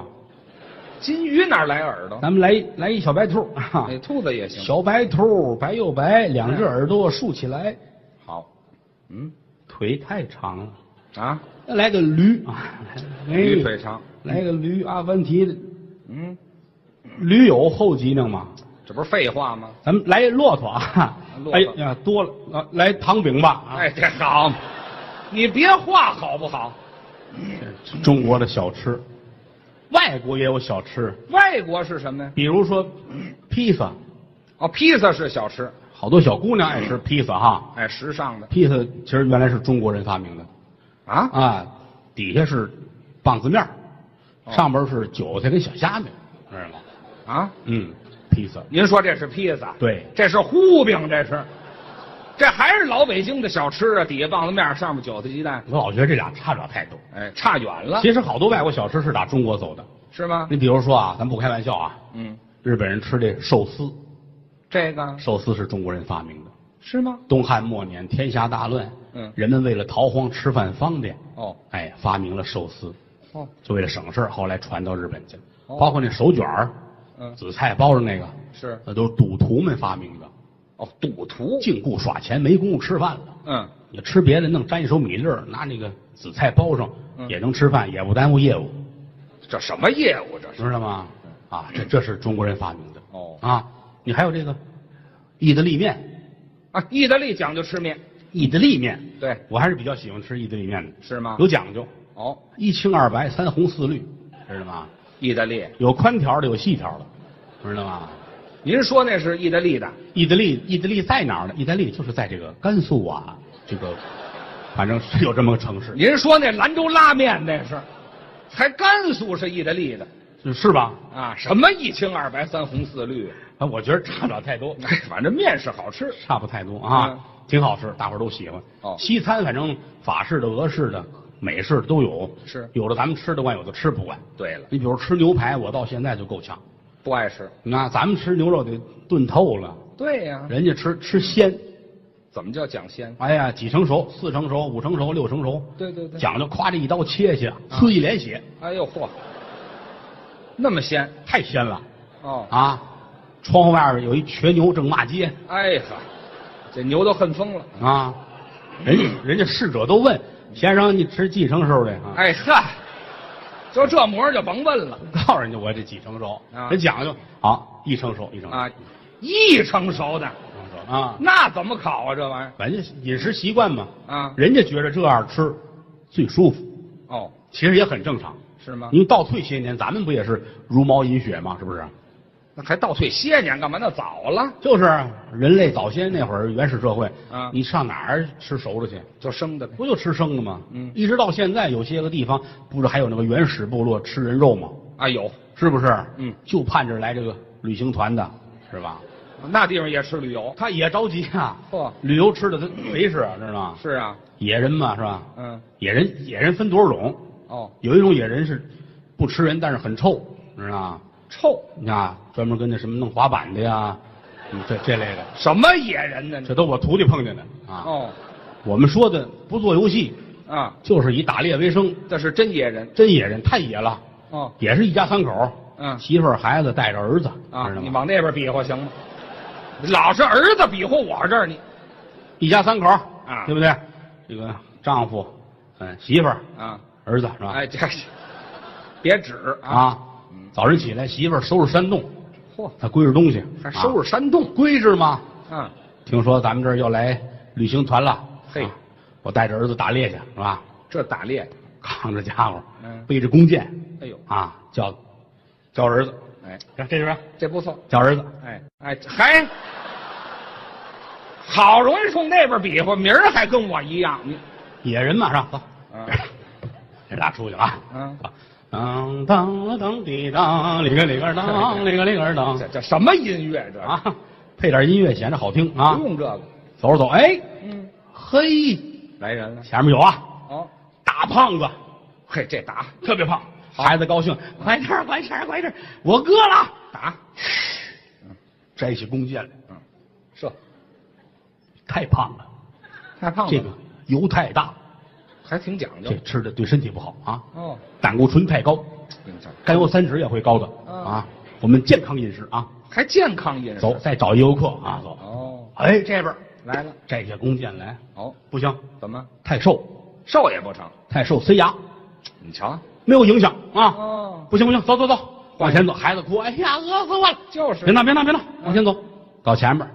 S3: 金鱼哪儿来耳朵？
S1: 咱们来一来一小白兔啊
S3: 哎，，兔子也行。
S1: 小白兔白又白，两只耳朵竖起来，
S3: 好，嗯，
S1: 腿太长了。
S3: 啊，
S1: 再来个驴啊，哎
S3: 驴腿长，
S1: 来个驴，阿凡提，
S3: 嗯，
S1: 驴有后脊梁吗？
S3: 这不是废话吗？
S1: 咱们来一骆驼啊
S3: 骆，驼
S1: 哎呀，多了，啊来糖饼吧啊！
S3: 哎，这好，你别画好不好？
S1: 中国的小吃，外国也有小吃，
S3: 外国是什么呀？
S1: 比如说披萨，
S3: 哦，披萨是小吃，
S1: 好多小姑娘爱吃披萨哈。
S3: 哎，时尚的
S1: 披萨其实原来是中国人发明的
S3: 啊，
S1: 啊，底下是棒子面儿
S3: 哦
S1: 上边是韭菜跟小虾米，知道吗？
S3: 啊，
S1: 嗯，披萨
S3: 您说这是披萨？
S1: 对
S3: 这是糊饼，这是，这还是老北京的小吃啊，底下棒子面，上面韭菜鸡蛋，
S1: 我老觉得这俩差不了太多。
S3: 哎，差远了，
S1: 其实好多外国小吃是打中国走的，
S3: 是吗？
S1: 你比如说啊，咱不开玩笑啊，
S3: 嗯，
S1: 日本人吃这寿司，
S3: 这个
S1: 寿司是中国人发明的。
S3: 是吗？
S1: 东汉末年，天下大乱，
S3: 嗯
S1: 人们为了逃荒吃饭方便，
S3: 哦
S1: 哎，发明了寿司，
S3: 哦，
S1: 就为了省事儿后来传到日本去了。
S3: 哦
S1: 包括那手卷儿、
S3: 嗯，
S1: 紫菜包着那个，
S3: 是
S1: 那都是赌徒们发明的，
S3: 哦，赌徒，
S1: 净顾耍钱，没工夫吃饭了。
S3: 嗯，
S1: 你吃别的，弄沾一手米粒儿，拿那个紫菜包上，
S3: 嗯
S1: 也能吃饭，也不耽误业务，
S3: 这什么业务这是？
S1: 知道吗？啊，这这是中国人发明的。
S3: 嗯哦
S1: 啊，你还有这个意大利面，
S3: 啊，意大利讲究吃面，
S1: 意大利面，
S3: 对，
S1: 我还是比较喜欢吃意大利面的，
S3: 是吗？
S1: 有讲究，
S3: 哦，
S1: 一清二白，三红四绿，知道吗？
S3: 意大利，
S1: 有宽条的，有细条的，知道吗？
S3: 您说那是意大利的？
S1: 意大利，意大利在哪儿呢？意大利就是在这个甘肃啊，这个，反正是有这么个城市，
S3: 您说那兰州拉面那是，还甘肃是意大利的
S1: 是是吧？
S3: 啊？什么一清二白三红四绿？
S1: 啊，我觉得差不了太多， *laughs*
S3: 哎，反正面是好吃。
S1: 差不太多啊，
S3: 嗯
S1: 挺好吃，大伙儿都喜欢。
S3: 哦
S1: 西餐反正法式的、俄式的、美式的都有，
S3: 是
S1: 有的咱们吃得惯，有的吃不惯。
S3: 对了，
S1: 你比如吃牛排，我到现在就够呛。
S3: 不爱吃。
S1: 那咱们吃牛肉得炖透了，
S3: 对呀、
S1: 人家吃吃鲜，
S3: 怎么叫讲鲜？
S1: 哎呀，几成熟，四成熟，五成熟，六成熟，
S3: 对对对，。
S1: 讲究夸这一刀切下，呲一脸血，
S3: 哎呦嚯，那么鲜
S1: 太鲜了
S3: 哦！
S1: 啊！窗户外边有一瘸牛正骂街
S3: 哎哈，这牛都恨疯了。
S1: 啊，人家人家侍者都问先生，你吃几成熟的啊？
S3: 哎哈，就这模样就甭问了
S1: 告诉人家我这几成熟，
S3: 啊
S1: 人讲究好一成熟一成熟
S3: 啊！一成熟的
S1: 一成熟啊，
S3: 那怎么烤啊？这玩意
S1: 人家饮食习惯嘛，
S3: 儿啊？
S1: 人家觉得这样吃最舒服，
S3: 哦，
S1: 其实也很正常。
S3: 是吗？
S1: 因为倒退些年，咱们不也是茹毛饮血吗？是不是？
S3: 那还倒退些年干嘛？那早了，
S1: 就是啊人类早先那会儿原始社会，
S3: 啊
S1: 你上哪儿吃熟的去？
S3: 就生的呗。
S1: 不就吃生的吗？
S3: 嗯
S1: 一直到现在，有些个地方不是还有那个原始部落吃人肉吗？
S3: 啊，有
S1: 是不是？
S3: 嗯
S1: 就盼着来这个旅行团的，是吧？
S3: 那地方也吃旅游。
S1: 他也着急啊，
S3: 嚯
S1: 旅游吃的他没事，知道吗？
S3: 是啊，
S1: 野人嘛，是吧？
S3: 嗯，
S1: 野人野人分多少种？
S3: 哦，
S1: 有一种野人是不吃人，但是很臭，知道吗？
S3: 臭
S1: 你看啊，专门跟那什么弄滑板的呀，嗯这这类的，
S3: 什么野人呢？
S1: 这都我徒弟碰见的啊。
S3: 哦
S1: 我们说的不做游戏，
S3: 啊，
S1: 就是以打猎为生，
S3: 这是真野人
S1: 真野人太野了，
S3: 哦
S1: 也是一家三口，
S3: 嗯
S1: 媳妇儿、孩子带着儿子，
S3: 啊
S1: 知道，
S3: 你
S1: 吗？
S3: 往那边比划行吗？老是儿子比划我这儿你
S1: 一家三口
S3: 啊
S1: 对不对？这个丈夫，嗯，媳妇儿、
S3: 啊，
S1: 儿子是吧？
S3: 哎，这别指啊，
S1: 啊，早晨起来，媳妇儿收拾山洞，
S3: 嚯，
S1: 她归置东西，
S3: 还收
S1: 拾
S3: 拾山洞
S1: 归置吗？
S3: 啊，
S1: 听说咱们这儿要来旅行团了，
S3: 嘿
S1: 啊我带着儿子打猎去是吧？
S3: 这打猎，
S1: 扛着家伙，
S3: 嗯，
S1: 背着弓箭
S3: 哎呦，
S1: 啊，叫叫儿子，
S3: 哎，
S1: 看这边
S3: 这不错，
S1: 叫儿子，
S3: 哎哎，还好容易冲那边比划，名儿还跟我一样，你
S1: 野人嘛是吧？走
S3: 嗯，
S1: *laughs* 这俩出去了啊
S3: 嗯，
S1: 啊当当了当滴当，里个里个当，里个里个当
S3: *laughs*
S4: 这这什么音乐这？
S1: 啊！配点音乐显得好听啊
S4: 不！
S3: 嗯
S4: 用这个，
S1: 走着走，哎，
S4: 嗯，
S1: 嘿，
S4: 来人了。
S1: 前面有啊，
S4: 哦，
S1: 大胖子，
S4: 嘿，这打
S1: 特别胖，孩子高兴，快点儿快点儿快点儿，我饿了，
S4: 打
S1: 摘起弓箭来，
S4: 射，
S1: 太胖了，
S4: 太胖了，
S1: 这个油太大，
S4: 还挺讲
S3: 嗯
S4: 究
S1: 这。吃的对身体不好啊，
S4: 哦，
S1: 胆固醇太高，
S4: 你瞧
S1: 甘油三酯也会高的
S4: 嗯
S1: 啊。我们健康饮食啊，
S4: 还健康饮食。
S1: 走，再找一游客啊，走。
S4: 哦，
S1: 哎，这边儿
S4: 来了。
S1: 摘下弓箭来，
S4: 哦，
S1: 不行，
S4: 怎么
S1: 太瘦，
S4: 瘦也不成？
S1: 太瘦塞牙，
S4: 你瞧，
S1: 没有影响啊。
S4: 哦，
S1: 不行不行，走走走，往前走。孩子哭，哎呀，饿死我了。
S4: 就是
S1: 别闹别闹别闹，往前走，到前面儿，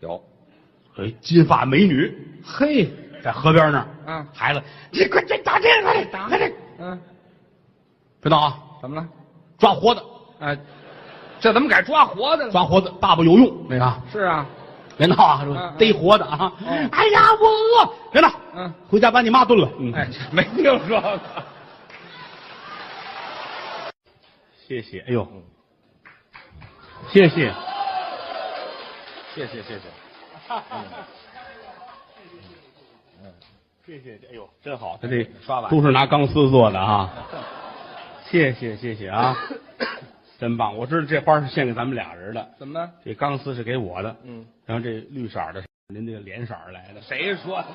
S4: 有。
S1: 哎，金发美女
S4: 嘿，
S1: 在河边那儿。
S4: 嗯
S1: 孩子，你快这打这个，快打快这，
S4: 嗯，
S1: 别闹啊，
S4: 怎么了？
S1: 抓活的，
S4: 哎，这怎么改抓活的了？
S1: 抓活的，爸爸有用，那个
S4: 是啊，
S1: 别闹啊，说
S4: 嗯嗯
S1: 逮活的啊
S4: 哦。
S1: 哎呀，我饿，别闹，
S4: 嗯，
S1: 回家把你妈炖了。嗯
S4: 哎，没听说过。
S1: 谢谢，哎呦，谢谢。
S4: 谢谢谢谢。
S1: 嗯谢谢，哎呦，真好，他这都是拿钢丝做的啊。谢谢谢谢啊， *coughs* 真棒！我知道这花是献给咱们俩人的，
S4: 怎么？
S1: 这钢丝是给我的，
S4: 嗯，
S1: 然后这绿色儿的是您这个脸色儿来的。
S4: 谁说的？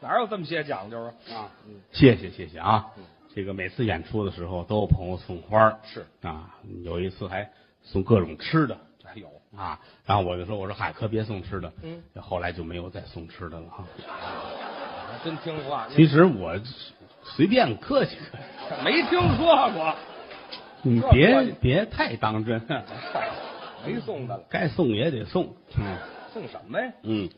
S4: 哪有这么些讲究啊？啊，嗯
S1: 谢谢谢谢啊！这个每次演出的时候都有朋友送花儿
S4: 是
S1: 啊，有一次还送各种吃的
S4: 还有
S1: 啊，然后我就说我说嗨，可别送吃的，
S4: 嗯，
S1: 后来就没有再送吃的了啊。
S4: 还真听话，
S1: 其实我随便客气客气。
S4: 没听说过，
S1: 你
S4: 这
S1: 别
S4: 关
S1: 别太当真， *laughs*
S4: 嗨，哎没送的了，
S1: 该送也得送。嗯
S4: 送什么呀？
S1: 嗯，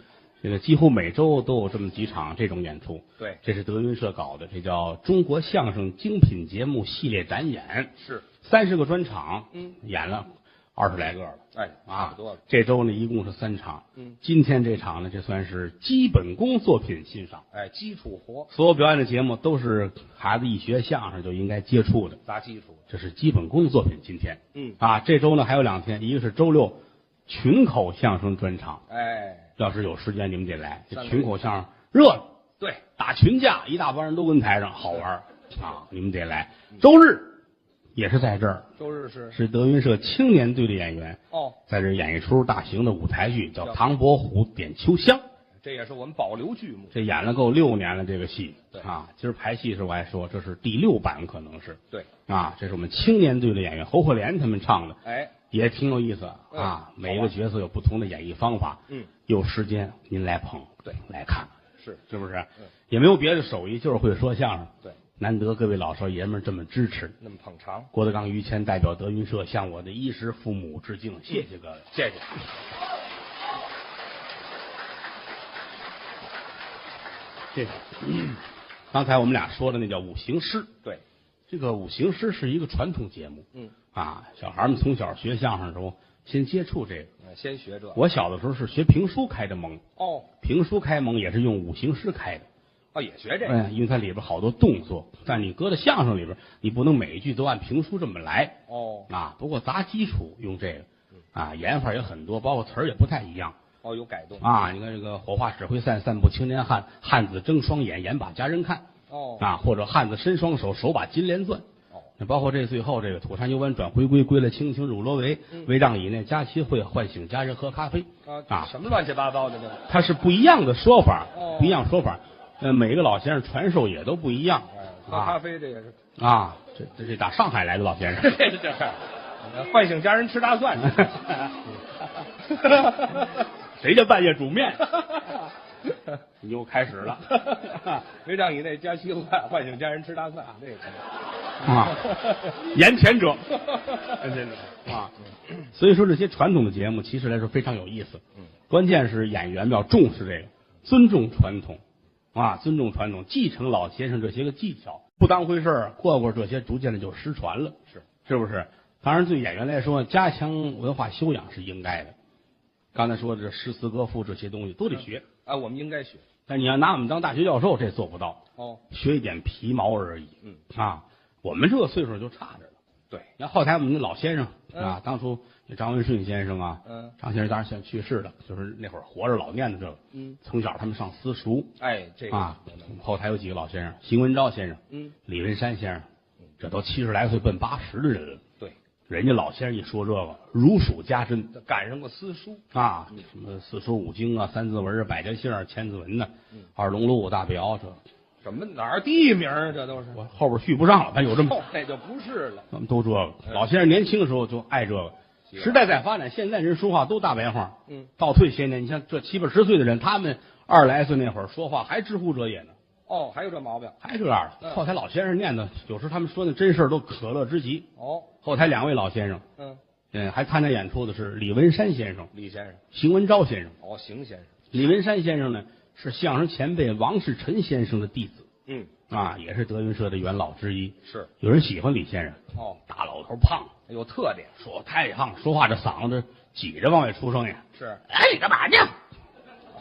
S1: 这个几乎每周都有这么几场这种演出。
S4: 对
S1: 这是德云社搞的，这叫中国相声精品节目系列展演，
S4: 是，
S1: 三十个专场，
S4: 嗯，
S1: 演了二十来个了。
S4: 哎，差
S1: 啊
S4: 不多了，，
S1: 这周呢一共是三场，
S4: 嗯，
S1: 今天这场呢，这算是基本功作品欣赏。
S4: 哎，基础活，
S1: 所有表演的节目都是孩子一学相声就应该接触的，
S4: 砸基础，
S1: 这是基本功的作品。今天，
S4: 嗯
S1: 啊，这周呢还有两天，一个是周六群口相声专场，
S4: 哎，
S1: 要是有时间你们得来。这
S4: 上来
S1: 群口相声热闹，
S4: 对，
S1: 打群架，一大帮人都跟台上，好玩儿啊，你们得来。周日也是在这儿，
S4: 周日是，
S1: 是德云社青年队的演员
S4: 哦，
S1: 在这儿演一出大型的舞台剧，叫
S4: 叫
S1: 《唐伯虎点秋香》，
S4: 这也是我们保留剧目，
S1: 这演了够六年了，这个戏
S4: 对
S1: 啊，今儿排戏时候我还说这是第六版，可能是
S4: 对，
S1: 啊，这是我们青年队的演员侯慧莲他们唱的。
S4: 哎，
S1: 也挺有意思啊
S4: 嗯。
S1: 每一个角色有不同的演绎方法，
S4: 嗯，
S1: 有时间您来捧，
S4: 对
S1: 来看，
S4: 是，
S1: 是不是
S4: 嗯？
S1: 也没有别的手艺，就是会说相声。
S4: 对，
S1: 难得各位老少爷们儿这么支持。
S4: 那么捧场，
S1: 郭德纲、于谦代表德云社向我的衣食父母致敬，谢谢各位。
S4: 谢谢。
S1: 谢谢。 *clears throat* 刚才我们俩说的那叫五行诗，
S4: 对，
S1: 这个五行诗是一个传统节目
S4: 嗯，
S1: 啊，小孩儿们从小学相声的时候先接触这个。
S4: 那嗯先学这，
S1: 我小的时候是学评书开的蒙，
S4: 哦，
S1: 评书开蒙也是用五行诗开的。
S4: 哦，也学这个，
S1: 哎，因为它里边好多动作，但你搁到相声里边，你不能每一句都按评书这么来
S4: 哦，
S1: 啊。不过砸基础用这个
S4: 嗯
S1: 啊，演法也很多，包括词儿也不太一样
S4: 哦，有改动，
S1: 啊。你看这个“火化指挥散，散步青年汉，汉子睁双眼，眼把佳人看”
S4: 哦，
S1: 啊，或者“汉子伸双手，手把金莲攥”。
S4: 哦，
S1: 包括这最后这个“土山游湾转回归，归来青青入罗围，围帐以内佳期会，唤醒佳人喝咖啡”
S4: 嗯啊，什么乱七八糟的这个，
S1: 它是不一样的说法
S4: 哦，
S1: 不一样说法。呃，每个老先生传授也都不一样
S4: 哎，喝咖
S1: 啊
S4: 啡这也是。
S1: 啊！这这这打上海来的老
S4: *laughs*
S1: 先生，
S4: 这这，唤醒家人吃大蒜。
S1: *laughs*
S4: *laughs*
S1: 谁家半夜煮
S4: *laughs*
S1: 面？你又开始了
S4: *laughs*
S1: *laughs*
S4: 没让你那加西换唤醒家人吃大蒜，这个
S1: 啊！言前者，真的啊！所以说这些传统的节目其实来说非常有意思，关键是演员们要重视这个，尊重传统啊，尊重传统，继承老先生这些个技巧，不当回事儿，啊过过这些逐渐的就失传了，
S4: 是
S1: 是不是？当然，对演员来说，加强文化修养是应该的。刚才说的这诗词歌赋这些东西都得学，
S4: 啊，我们应该学
S1: 但你要拿我们当大学教授，这做不到，
S4: 哦。
S1: 学一点皮毛而已。
S4: 嗯
S1: 啊，我们这个岁数就差着了。
S4: 对，
S1: 你看后台我们的老先生
S4: 嗯
S1: 啊，当初张文顺先生啊，
S4: 嗯
S1: 张先生当然现在去世了，就是那会儿活着老念的这个，
S4: 嗯，
S1: 从小他们上私塾
S4: 哎，这个
S1: 啊，后台有几个老先生，邢文昭先生，
S4: 嗯，
S1: 李文山先生，这都七十来岁奔八十的人了，
S4: 对，
S1: 人家老先生一说这个如数家珍，
S4: 赶上过私塾，
S1: 啊，
S4: 嗯
S1: 什么四书五经啊、三字文啊、百家姓啊、千字文呐、
S4: 嗯
S1: 二龙路、大表啊这，
S4: 什么哪儿地名啊？这都是，
S1: 我后边续不上了，反正有这么
S4: 哦，，那就不是了。
S1: 咱们都这个。
S4: 嗯
S1: 老先生年轻的时候就爱这个，时代在发展，现在人说话都大白话。
S4: 嗯，
S1: 倒退些年，你像这七八十岁的人，他们二十来岁那会儿说话还知乎者也呢，
S4: 哦，还有这毛病。
S1: 还这样的。
S4: 嗯
S1: 后台老先生念的，有时候他们说的真事儿都可乐之极。
S4: 哦，
S1: 后台两位老先生，
S4: 嗯，
S1: 嗯，还参加演出的是李文山先生、
S4: 李先生，
S1: 邢文昭先生。
S4: 哦，邢先生，
S1: 李文山先生呢是相声前辈王世臣先生的弟子
S4: 嗯，
S1: 啊，也是德云社的元老之一。
S4: 是，
S1: 有人喜欢李先生，
S4: 哦，
S1: 大老头胖，
S4: 有特点
S1: 说话太胖，说话这嗓子挤着往外出声音。
S4: 是，
S1: 哎，你干嘛去？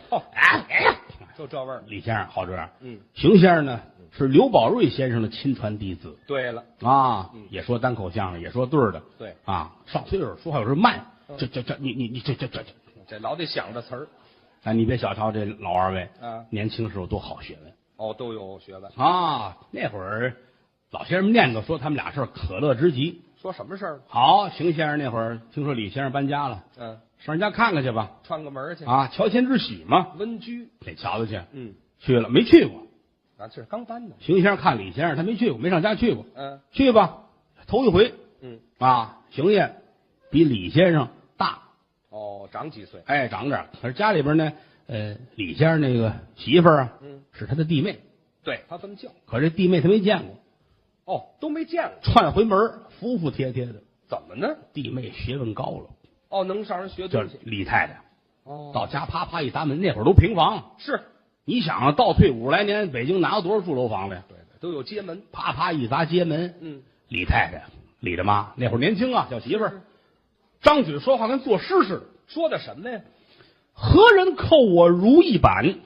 S4: 哦，
S1: 哎哎呀！
S4: 就这味儿。
S1: 李先生好这样。
S4: 嗯，
S1: 邢先生呢是刘宝瑞先生的亲传弟子
S4: 对了，
S1: 啊
S4: 嗯，
S1: 也说单口相声，也说对儿的。
S4: 对
S1: 啊，上岁数说话有时候慢，
S4: 嗯
S1: 这这这你你你这这这这，
S4: 这老得想着词儿
S1: 哎，你别小瞧这老二位，
S4: 啊。
S1: 年轻时候多好学问。
S4: 哦，都有学问。
S1: 啊，那会儿老先生们念叨说他们俩事儿可乐之极。
S4: 说什么事儿？
S1: 好，邢先生那会儿听说李先生搬家了，
S4: 嗯，
S1: 上人家看看去吧。
S4: 串个门儿去，
S1: 啊，乔迁之喜嘛，
S4: 温居。
S1: 得瞧瞧去。
S4: 嗯，
S1: 去了没去过？
S4: 啊，这是刚搬的。
S1: 邢先生看李先生，他没去过，没上家去过。
S4: 嗯
S1: 去吧，头一回
S4: 嗯，
S1: 啊，邢爷比李先生大，
S4: 哦，长几岁？
S1: 哎，长点儿。可是家里边呢，呃，李先生那个媳妇儿啊，
S4: 嗯，
S1: 是他的弟妹，
S4: 对他这么叫。
S1: 可是这弟妹他没见过，
S4: 哦，都没见过，
S1: 串回门儿服服帖帖的，
S4: 怎么呢？
S1: 弟妹学问高了。
S4: 哦，能上人学
S1: 叫
S4: 东西。
S1: 李太太
S4: 哦，
S1: 到家啪啪一砸门，那会儿都平房，
S4: 是，
S1: 你想啊，倒退五十来年，北京哪有多少住楼房的呀？
S4: 对对，都有接门。
S1: 啪啪一砸街门，
S4: 嗯，
S1: 李太太，李大妈那会儿年轻啊，小媳妇
S4: 是
S1: 儿，张嘴说话跟作诗似的。
S4: 说的什么呀？
S1: 何人扣我如意板？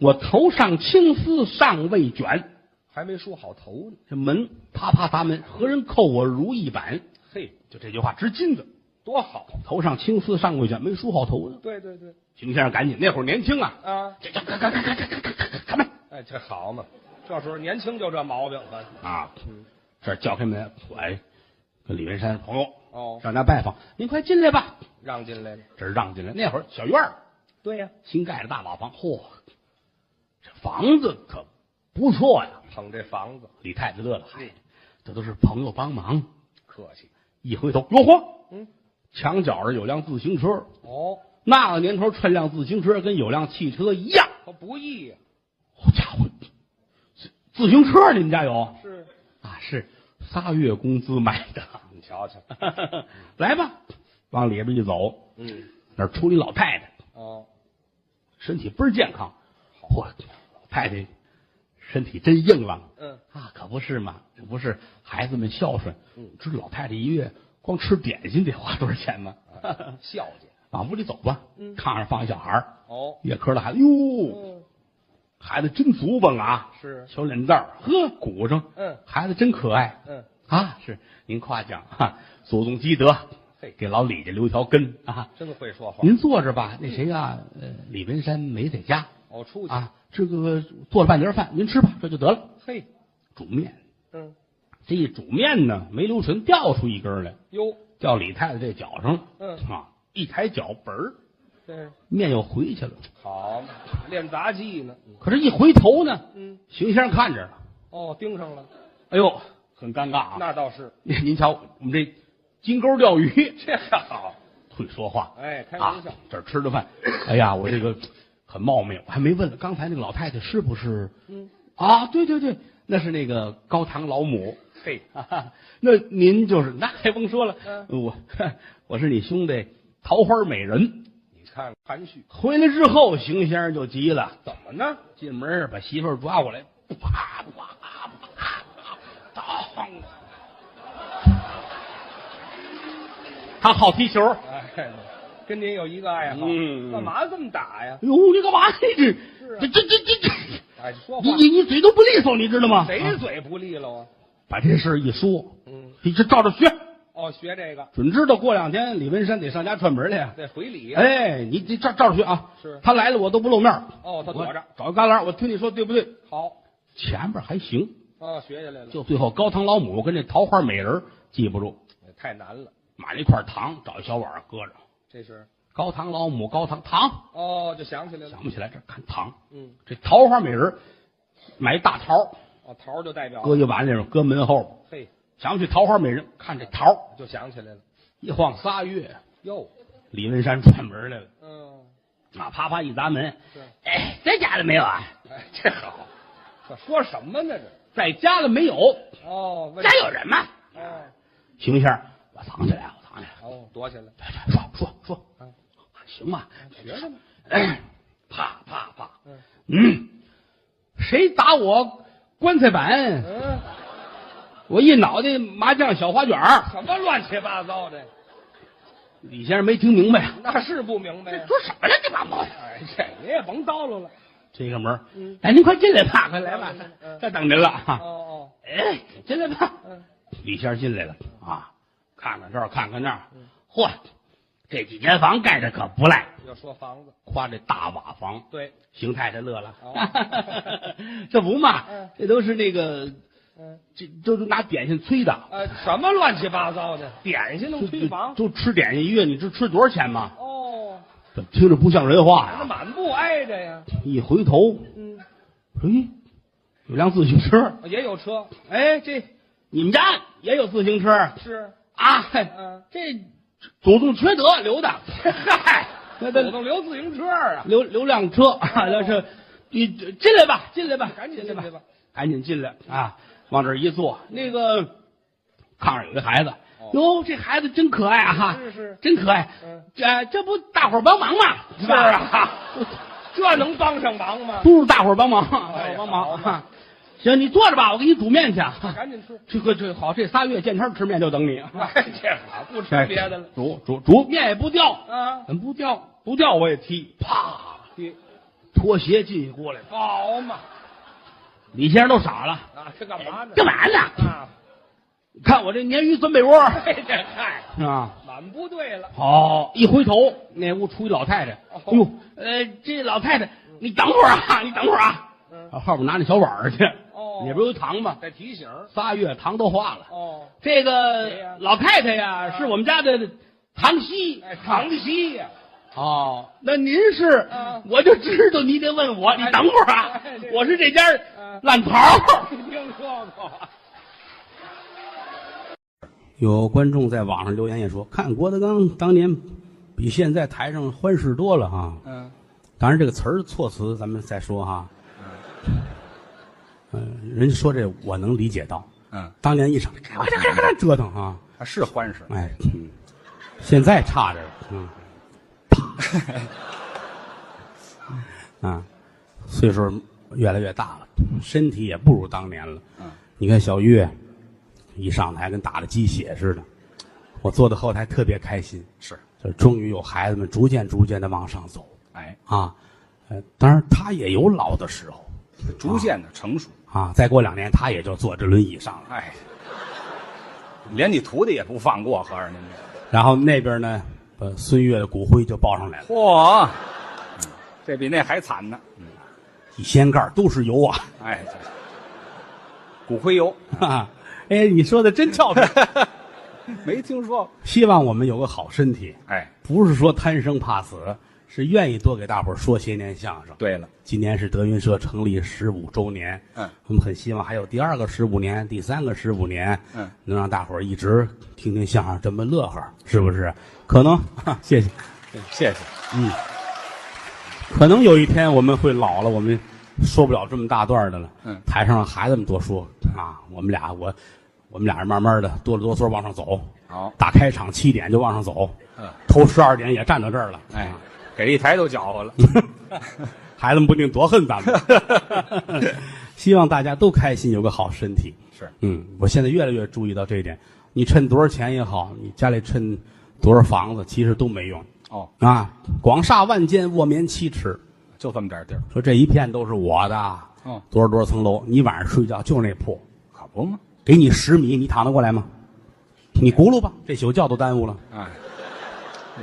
S1: 我头上青丝尚未卷。
S4: 还没梳好头呢。
S1: 这门啪啪砸门，何人扣我如意板？
S4: 嘿，
S1: 就这句话值金子，
S4: 多好。
S1: 头上青丝尚未卷，没梳好头呢。
S4: 对对对，
S1: 邢先生赶紧，那会儿年轻啊，
S4: 啊，
S1: 这这这这这这这这开门。
S4: 哎，这好嘛，这时候年轻就这毛病了。
S1: 啊
S4: 嗯，
S1: 这儿叫开门，我跟李文山朋友
S4: 哦，
S1: 上家拜访，您快进来吧。
S4: 让进来了。
S1: 这儿让进来，那会儿小院儿
S4: 对呀、
S1: 新盖的大瓦房，嚯，这房子可不错呀。
S4: 捧这房子
S1: 李太太乐了，嗨
S4: 嗯，
S1: 这都是朋友帮忙。
S4: 客气。
S1: 一回头，哟嚯，
S4: 嗯，
S1: 墙角儿有辆自行车，
S4: 哦，
S1: 那个年头穿辆自行车跟有辆汽车一样，
S4: 他哦不易呀、
S1: 好家伙，自自行车你们家有
S4: 是，
S1: 啊？是仨月工资买的。 *laughs*
S4: 你瞧瞧。
S1: 来吧，往里边一走，
S4: 嗯，
S1: 那儿出一老太太，
S4: 哦，
S1: 身体倍儿健康。嚯，老太太身体真硬朗
S4: 嗯，
S1: 啊！可不是嘛，这不是孩子们孝顺。
S4: 嗯
S1: 这老太太一月光吃点心得花多少钱吗？
S4: 孝敬。
S1: *laughs* 往屋里走吧，
S4: 啊嗯
S1: 炕上放一小孩儿，
S4: 哦，
S1: 夜科的孩子，哟，
S4: 嗯，
S1: 孩子真足蹦啊！
S4: 是，
S1: 小脸蛋儿，呵，鼓上，
S4: 嗯
S1: 孩子真可爱
S4: 嗯，
S1: 啊！是您夸奖哈，祖宗积德，
S4: 嘿，
S1: 给老李家留条根啊！
S4: 真会说话。
S1: 您坐着吧，那谁啊，
S4: 嗯
S1: 呃，李文山没在家
S4: 哦，出去。
S1: 啊，这个做了半碟饭，您吃吧，这就得了。
S4: 嘿，
S1: 煮面，
S4: 嗯，
S1: 这一煮面呢，没留神掉出一根来，
S4: 哟，
S1: 掉李太太这脚上了。
S4: 嗯
S1: 啊，一抬脚，本儿
S4: 这
S1: 面又回去了。
S4: 好嘛，练杂技呢。
S1: 可是，一回头呢，
S4: 嗯，
S1: 邢先生看着了，
S4: 哦，盯上了，
S1: 哎呦，很尴尬啊。
S4: 那倒是。
S1: 您 *laughs* 您瞧，我们这金钩钓鱼，
S4: 这好，
S1: 会说话。
S4: 哎，开
S1: 啊
S4: 玩笑。，
S1: 这儿吃的饭，哎呀，我这个很冒昧，我还没问刚才那个老太太是不是？
S4: 嗯，
S1: 啊，对对对，那是那个高堂老母。
S4: 嘿，
S1: *laughs* 哈哈，那您就是那还甭说了，
S4: 嗯
S1: 我我是你兄弟桃花美人。
S4: 你看含蓄，
S1: 回来之后，邢先生就急了，
S4: 怎么呢？
S1: 进门儿把媳妇儿抓过来，啪啪啪啪，当。他好踢球，
S4: 哎，跟您有一个爱好，
S1: 嗯嗯
S4: 干嘛这么打呀？
S1: 哎呦，你干嘛呀？你这这这这这这，
S4: 哎，啊说
S1: 你啊
S4: 话
S1: 你你嘴都不利索，你知道吗？
S4: 谁嘴不利落啊？
S1: 把这事儿一说，
S4: 嗯，
S1: 你这照着学，
S4: 哦，学这个
S1: 准知道过两天李文山得上家串门去呀。
S4: 得回礼呀。
S1: 哎，你这照照着学啊！
S4: 是
S1: 他来了，我都不露面儿，
S4: 哦，他躲着，
S1: 找一旮旯，我听你说对不对？
S4: 好，
S1: 前边还行，
S4: 哦，学下来了，
S1: 就最后高堂老母跟这桃花美人儿记不住，
S4: 太难了，
S1: 买了一块糖，找一小碗儿搁着。
S4: 这是
S1: 高堂老母，高堂糖，
S4: 哦，就想起来了
S1: 想，不起来这儿看糖。
S4: 嗯，
S1: 这桃花美人儿买一大桃儿，
S4: 哦，桃儿就代表，
S1: 搁一碗里边，搁门后边儿。
S4: 嘿，
S1: 想不起桃花美人，看这桃儿，
S4: 就想起来了，
S1: 一晃仨月，
S4: 哟，
S1: 李文山 *laughs* 串门来了，
S4: 嗯，
S1: 啊，啪啪一砸门
S4: 是，
S1: 哎，在家了没有啊？
S4: 哎，这好，这说什么呢？这
S1: 在家了没有？
S4: 哦，问
S1: 家有人吗？
S4: 哦，
S1: 行一下，我藏起来，我藏起来。
S4: 哦，躲起来，
S1: 说说说
S4: 嗯，
S1: 行吧？
S4: 学着呢，
S1: 哎啪啪啪，
S4: 嗯
S1: 嗯，谁打我棺材板？
S4: 嗯，
S1: 我一脑袋麻酱小花卷儿
S4: 什么乱七八糟的？
S1: 李先生没听明白，
S4: 那是不明白呀。
S1: 说什么呢？这帮猫！
S4: 哎，这你也甭叨叨了，
S1: 推开门儿
S4: 嗯，
S1: 哎，您快进来吧，快来吧
S4: 嗯嗯，
S1: 这等您了
S4: 哦
S1: 啊！
S4: 哦，
S1: 哎，进来吧。
S4: 嗯，
S1: 李先生进来了啊，看看这儿，看看那儿，
S4: 嗯
S1: 嚯，这几间房盖的可不赖，
S4: 要说房子，
S1: 夸这大瓦房。
S4: 对，
S1: 邢太太乐了
S4: 哦，
S1: *laughs* 这不嘛
S4: 嗯，
S1: 这都是那个，
S4: 嗯，
S1: 这都是拿点心催的，
S4: 呃，什么乱七八糟的？点心
S1: 就
S4: 能推房？
S1: 就就吃点心一月，你知吃多少钱吗？
S4: *laughs* 哦，
S1: 这听着不像人话
S4: 那
S1: 呀！
S4: 满不挨着呀。
S1: 一回头，
S4: 嗯，
S1: 哎，有辆自行车，
S4: 也有车。哎，这
S1: 你们家也有自行车
S4: 是
S1: 啊？嘿
S4: 嗯，
S1: 这祖宗缺德留的，嗨，那
S4: 祖
S1: 那
S4: 宗留自行车啊，
S1: 留留辆车啊，那是你进来吧，进来吧，
S4: 赶紧进
S1: 吧
S4: 去。吧。
S1: 赶紧进来啊，往这儿一坐。那个炕上有一孩子
S4: 哦，
S1: 哟，这孩子真可爱啊！哈
S4: 是是
S1: 真可爱。
S4: 嗯
S1: 这这不大伙儿帮忙吗？
S4: 是
S1: 吧
S4: 啊， *laughs* 这能帮上忙吗？
S1: 都是大伙儿帮忙，大伙
S4: 哎
S1: 儿
S4: 呀
S1: 帮
S4: 好
S1: 忙。
S4: 嘛
S1: 啊行，你坐着吧，我给你煮面去啊。
S4: 赶紧吃。
S1: 这个这好，这仨月见天儿吃面就等你。啊
S4: 哎，这好，不吃别的了
S1: 煮煮煮，面也不掉，
S4: 啊。
S1: 嗯怎么不掉？不掉我也踢，啪，
S4: 你
S1: 拖鞋进去锅来了。
S4: 好嘛
S1: 李先生都傻了，
S4: 啊，这干嘛呢？
S1: 干嘛呢？
S4: 啊？
S1: 看我这鲶鱼钻被窝儿
S4: 哎，这嗨，
S1: 啊！
S4: 满不对了。
S1: 好，一回头，那屋出一老太太。
S4: 哦
S1: 哎呦，呃，这老太太，你等会儿啊，你等会儿啊，
S4: 嗯，
S1: 啊，后边拿那小碗儿去。
S4: 哦
S1: 里边有糖吗？
S4: 得提醒儿。
S1: 仨月糖都化了。
S4: 哦，
S1: 这
S4: 谁呀
S1: 个老太太呀，
S4: 啊
S1: 是我们家的堂媳。
S4: 哎，长得稀呀。
S1: 哦，那您是
S4: 啊？
S1: 我就知道你得问我，你
S4: 哎
S1: 等会儿啊
S4: 哎这，
S1: 我是这家
S4: 嗯
S1: 烂桃
S4: *laughs*
S1: 儿。
S4: 没听说过。
S2: 有观众在网上留言也说，看郭德纲当年比现在台上欢实多了哈。
S4: 嗯，
S2: 当然，这个词儿措辞咱们再说哈。嗯，人家说这我能理解到。
S3: 嗯，
S2: 当年一场折腾啊，
S3: 他是欢实，
S2: 哎，嗯，现在差着了，
S3: *laughs*
S2: 嗯，啪，啊，岁数越来越大了，身体也不如当年了。
S3: 嗯，
S2: 你看小岳一上台跟打了鸡血似的，我坐在后台特别开心，
S3: 是，
S2: 就是终于有孩子们逐渐逐渐的往上走
S3: 哎，
S2: 啊，呃，当然他也有老的时候
S3: 逐渐的成熟，
S2: 啊，再过两年他也就坐这轮椅上了。
S3: 哎，连你徒弟也不放过，合着您这，
S2: 然后那边呢，把孙越的骨灰就抱上来了，
S3: 嚯，嗯这比那还惨呢，
S2: 一掀盖儿都是油啊！
S3: 哎，这骨灰油
S2: 哈哈， *laughs* 哎，你说的真俏
S3: *laughs*
S2: 皮。
S3: 没听说过，
S2: 希望我们有个好身体，
S3: 哎，
S2: 不是说贪生怕死，是愿意多给大伙儿说些年相声。，
S3: 对了，
S2: 今年是德云社成立十五周年，
S3: 嗯，
S2: 我们很希望还有第二个十五年、第三个十五年，
S3: 嗯，
S2: 能让大伙儿一直听听相声，这么乐呵，是不是？可能，哈谢谢。
S3: 谢谢，
S2: 可能有一天我们会老了，我们说不了这么大段儿的了。
S3: 嗯
S2: 台上让孩子们多说啊，我们俩我我们俩人慢慢的哆里哆嗦往上走。
S3: 好，
S2: 打开场七点就往上走，
S3: 嗯，
S2: 头十二点也站到这儿了。
S1: *laughs*
S3: 哎，给一抬头搅和了，
S2: 孩子们不定多恨咱们。
S3: *laughs*
S2: 希望大家都开心，有个好身体。
S3: 是，
S2: 嗯，我现在越来越注意到这一点。你趁多少钱也好，你家里趁多少房子，其实都没用。哦，
S1: 啊，广厦万间，卧眠七尺。
S2: 就这么点地儿，
S1: 说这一片都是我的，
S2: 哦
S1: 多少多少层楼，你晚上睡觉就那铺，
S2: 可不嘛，
S1: 给你十米，你躺得过来吗？你轱辘吧，这宿觉都耽误了，
S2: 哎，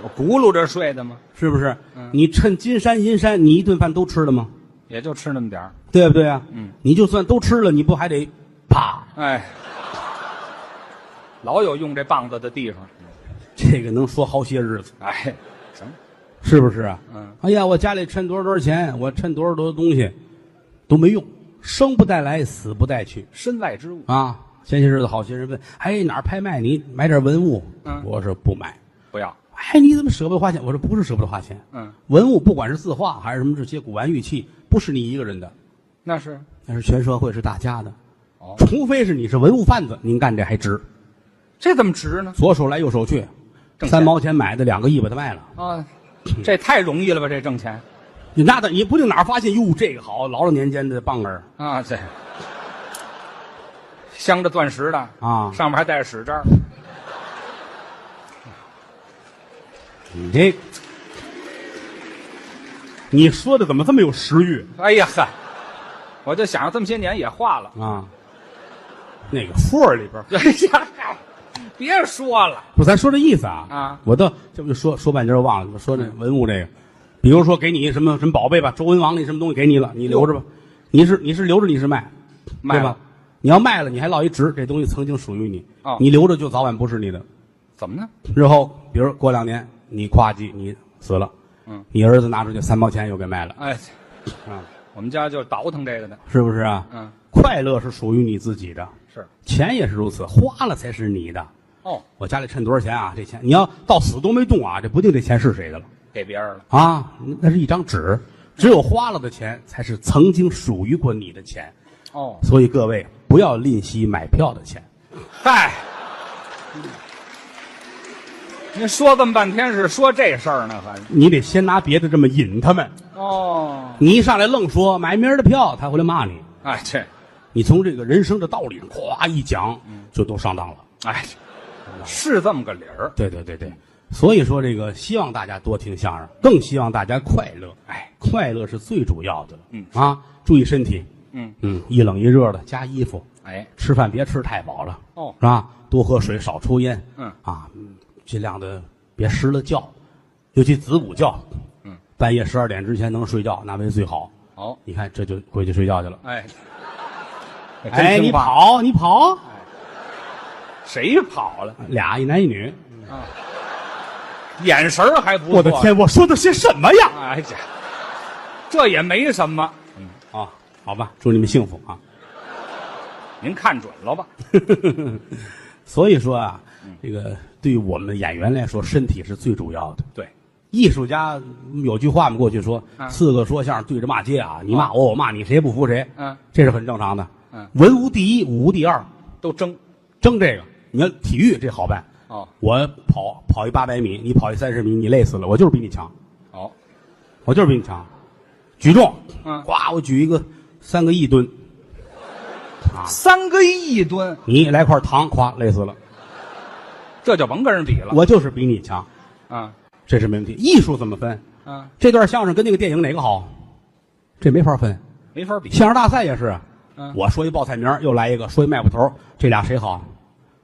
S2: 我轱辘着睡的嘛，
S1: 是不是？
S2: 嗯
S1: 你趁金山银山，你一顿饭都吃了吗？
S2: 也就吃那么点儿，
S1: 对不对啊？
S2: 嗯，
S1: 你就算都吃了，你不还得啪？
S2: 哎，老有用这棒子的地方，
S1: 这个能说好些日子，
S2: 哎，行，
S1: 是不是啊？
S2: 嗯，
S1: 哎呀，我家里趁多少多少钱，我趁多少多少东西，都没用，生不带来，死不带去
S2: 身外之物
S1: 啊！前些日子好心人问，哎，哪儿拍卖？你买点文物？
S2: 嗯
S1: 我说不买。
S2: 不要，
S1: 哎，你怎么舍不得花钱？我说不是舍不得花钱，
S2: 嗯，
S1: 文物不管是字画还是什么这些古玩玉器，不是你一个人的，
S2: 那是
S1: 那是全社会是大家的。
S2: 哦
S1: 除非是你是文物贩子，您干这还值。
S2: 这怎么值呢？
S1: 左手来右手去，
S2: 挣钱
S1: 三毛钱买的两个亿把它卖了，
S2: 啊，这太容易了吧？这挣钱
S1: 你那的你不定哪儿发现哟，这个好，老老年间的棒儿
S2: 啊，这镶着钻石的
S1: 啊
S2: 上面还带着使针儿
S1: 你这，你说的怎么这么有食欲
S2: 哎呀嗨，我就想着这么些年也化了， *laughs*
S1: 啊？那个缝儿里边儿，
S2: 哎呀，嗨别说了，
S1: 不，咱说这意思啊
S2: 啊
S1: 我到这不就说说半截儿忘了，说那文物这个，比如说给你什么什么宝贝吧，周文王那什么东西给你了，你留着吧，你是你是留着你是卖，
S2: 卖
S1: 对
S2: 了
S1: 吧？你要卖了，你还落一值，这东西曾经属于你，
S2: 哦
S1: 你留着就早晚不是你的。
S2: 怎么呢？
S1: 日后，比如过两年，你夸叽你死了，
S2: 嗯，
S1: 你儿子拿出去三毛钱又给卖了，
S2: 哎，
S1: 啊，
S2: 我们家就倒腾这个的，
S1: 是不是啊？
S2: 嗯，
S1: 快乐是属于你自己的，
S2: 是
S1: 钱也是如此，花了才是你的。
S2: 哦，
S1: 我家里趁多少钱啊？这钱你要到死都没动啊，这不定这钱是谁的了
S2: 给别人了，
S1: 啊！那是一张纸，只有花了的钱才是曾经属于过你的钱。
S2: 哦，
S1: 所以各位不要吝惜买票的钱，
S2: 嗨。您说这么半天是说这事儿呢，还是
S1: 你得先拿别的这么引他们。
S2: 哦，
S1: 你一上来愣说买明儿的票，他回来骂你。
S2: 哎这，
S1: 你从这个人生的道理上咵一讲，就都上当了。
S2: 哎，是这么个理儿，
S1: 对对对对，所以说这个希望大家多听相声，更希望大家快乐。
S2: 哎，
S1: 快乐是最主要的。
S2: 嗯
S1: 啊，注意身体。
S2: 嗯
S1: 嗯，一冷一热的加衣服，
S2: 哎，
S1: 吃饭别吃太饱了，
S2: 哦，
S1: 是吧？多喝水，少抽烟。
S2: 嗯
S1: 啊，嗯尽量的别失了觉，尤其子午觉。
S2: 嗯，
S1: 半夜十二点之前能睡觉，那为最好。
S2: 好，
S1: 你看，这就回去睡觉去了。
S2: 哎，
S1: 哎，
S2: 真
S1: 你
S2: 听话，
S1: 跑，你跑，
S2: 谁跑了？
S1: 俩一男一女。
S2: 眼神儿还不错。
S1: 我的！天，我说的些什么呀？
S2: 哎呀，这也没什么，
S1: 啊，好吧，祝你们幸福啊。
S2: 您看准了吧？
S1: 所以说啊，
S2: 嗯
S1: 这个对于我们演员来说，身体是最主要的。
S2: 对，
S1: 艺术家嗯有句话我们过去说，
S2: 嗯哦
S1: 四个说相声对着骂街啊，你骂我，我骂你，谁也不服谁，
S2: 嗯，
S1: 这是很正常的。
S2: 嗯
S1: 文无第一，武无第二，
S2: 都争
S1: 争这个。你看体育这好办，
S2: 哦，
S1: 我跑跑一八百米，你跑一三十米，你累死了，我就是比你强，
S2: 好、
S1: 我就是比你强。举重，
S2: 嗯
S1: 哗，我举一个三个亿吨，啊
S2: 三个亿吨，
S1: 你来块糖，咵，累死了，
S2: 这就甭跟人比了。
S1: 我就是比你强，
S2: 啊
S1: 这是没问题。艺术怎么分？
S2: 啊，
S1: 这段相声跟那个电影哪个好？这没法分。
S2: 没法比。
S1: 相声大赛也是，
S2: 嗯
S1: 我说一报菜名儿，又来一个说一卖布头儿，这俩谁好？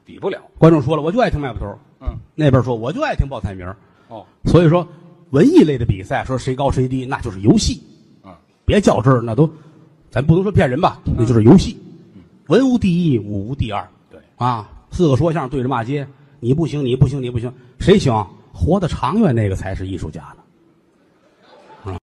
S2: 比不了。
S1: 观众说了，我就爱听卖布头儿；
S2: 嗯，
S1: 那边说我就爱听报菜名儿。
S2: 哦，
S1: 所以说，文艺类的比赛，说谁高谁低，那就是游戏。
S2: 嗯，
S1: 别较真儿，那都，咱不能说骗人吧，那就是游戏。文无第一，武无第二。
S2: 嗯对
S1: 啊，四个说相声对着骂街，你不行，你不行，你不行，谁行？活得长远那个才是艺术家呢。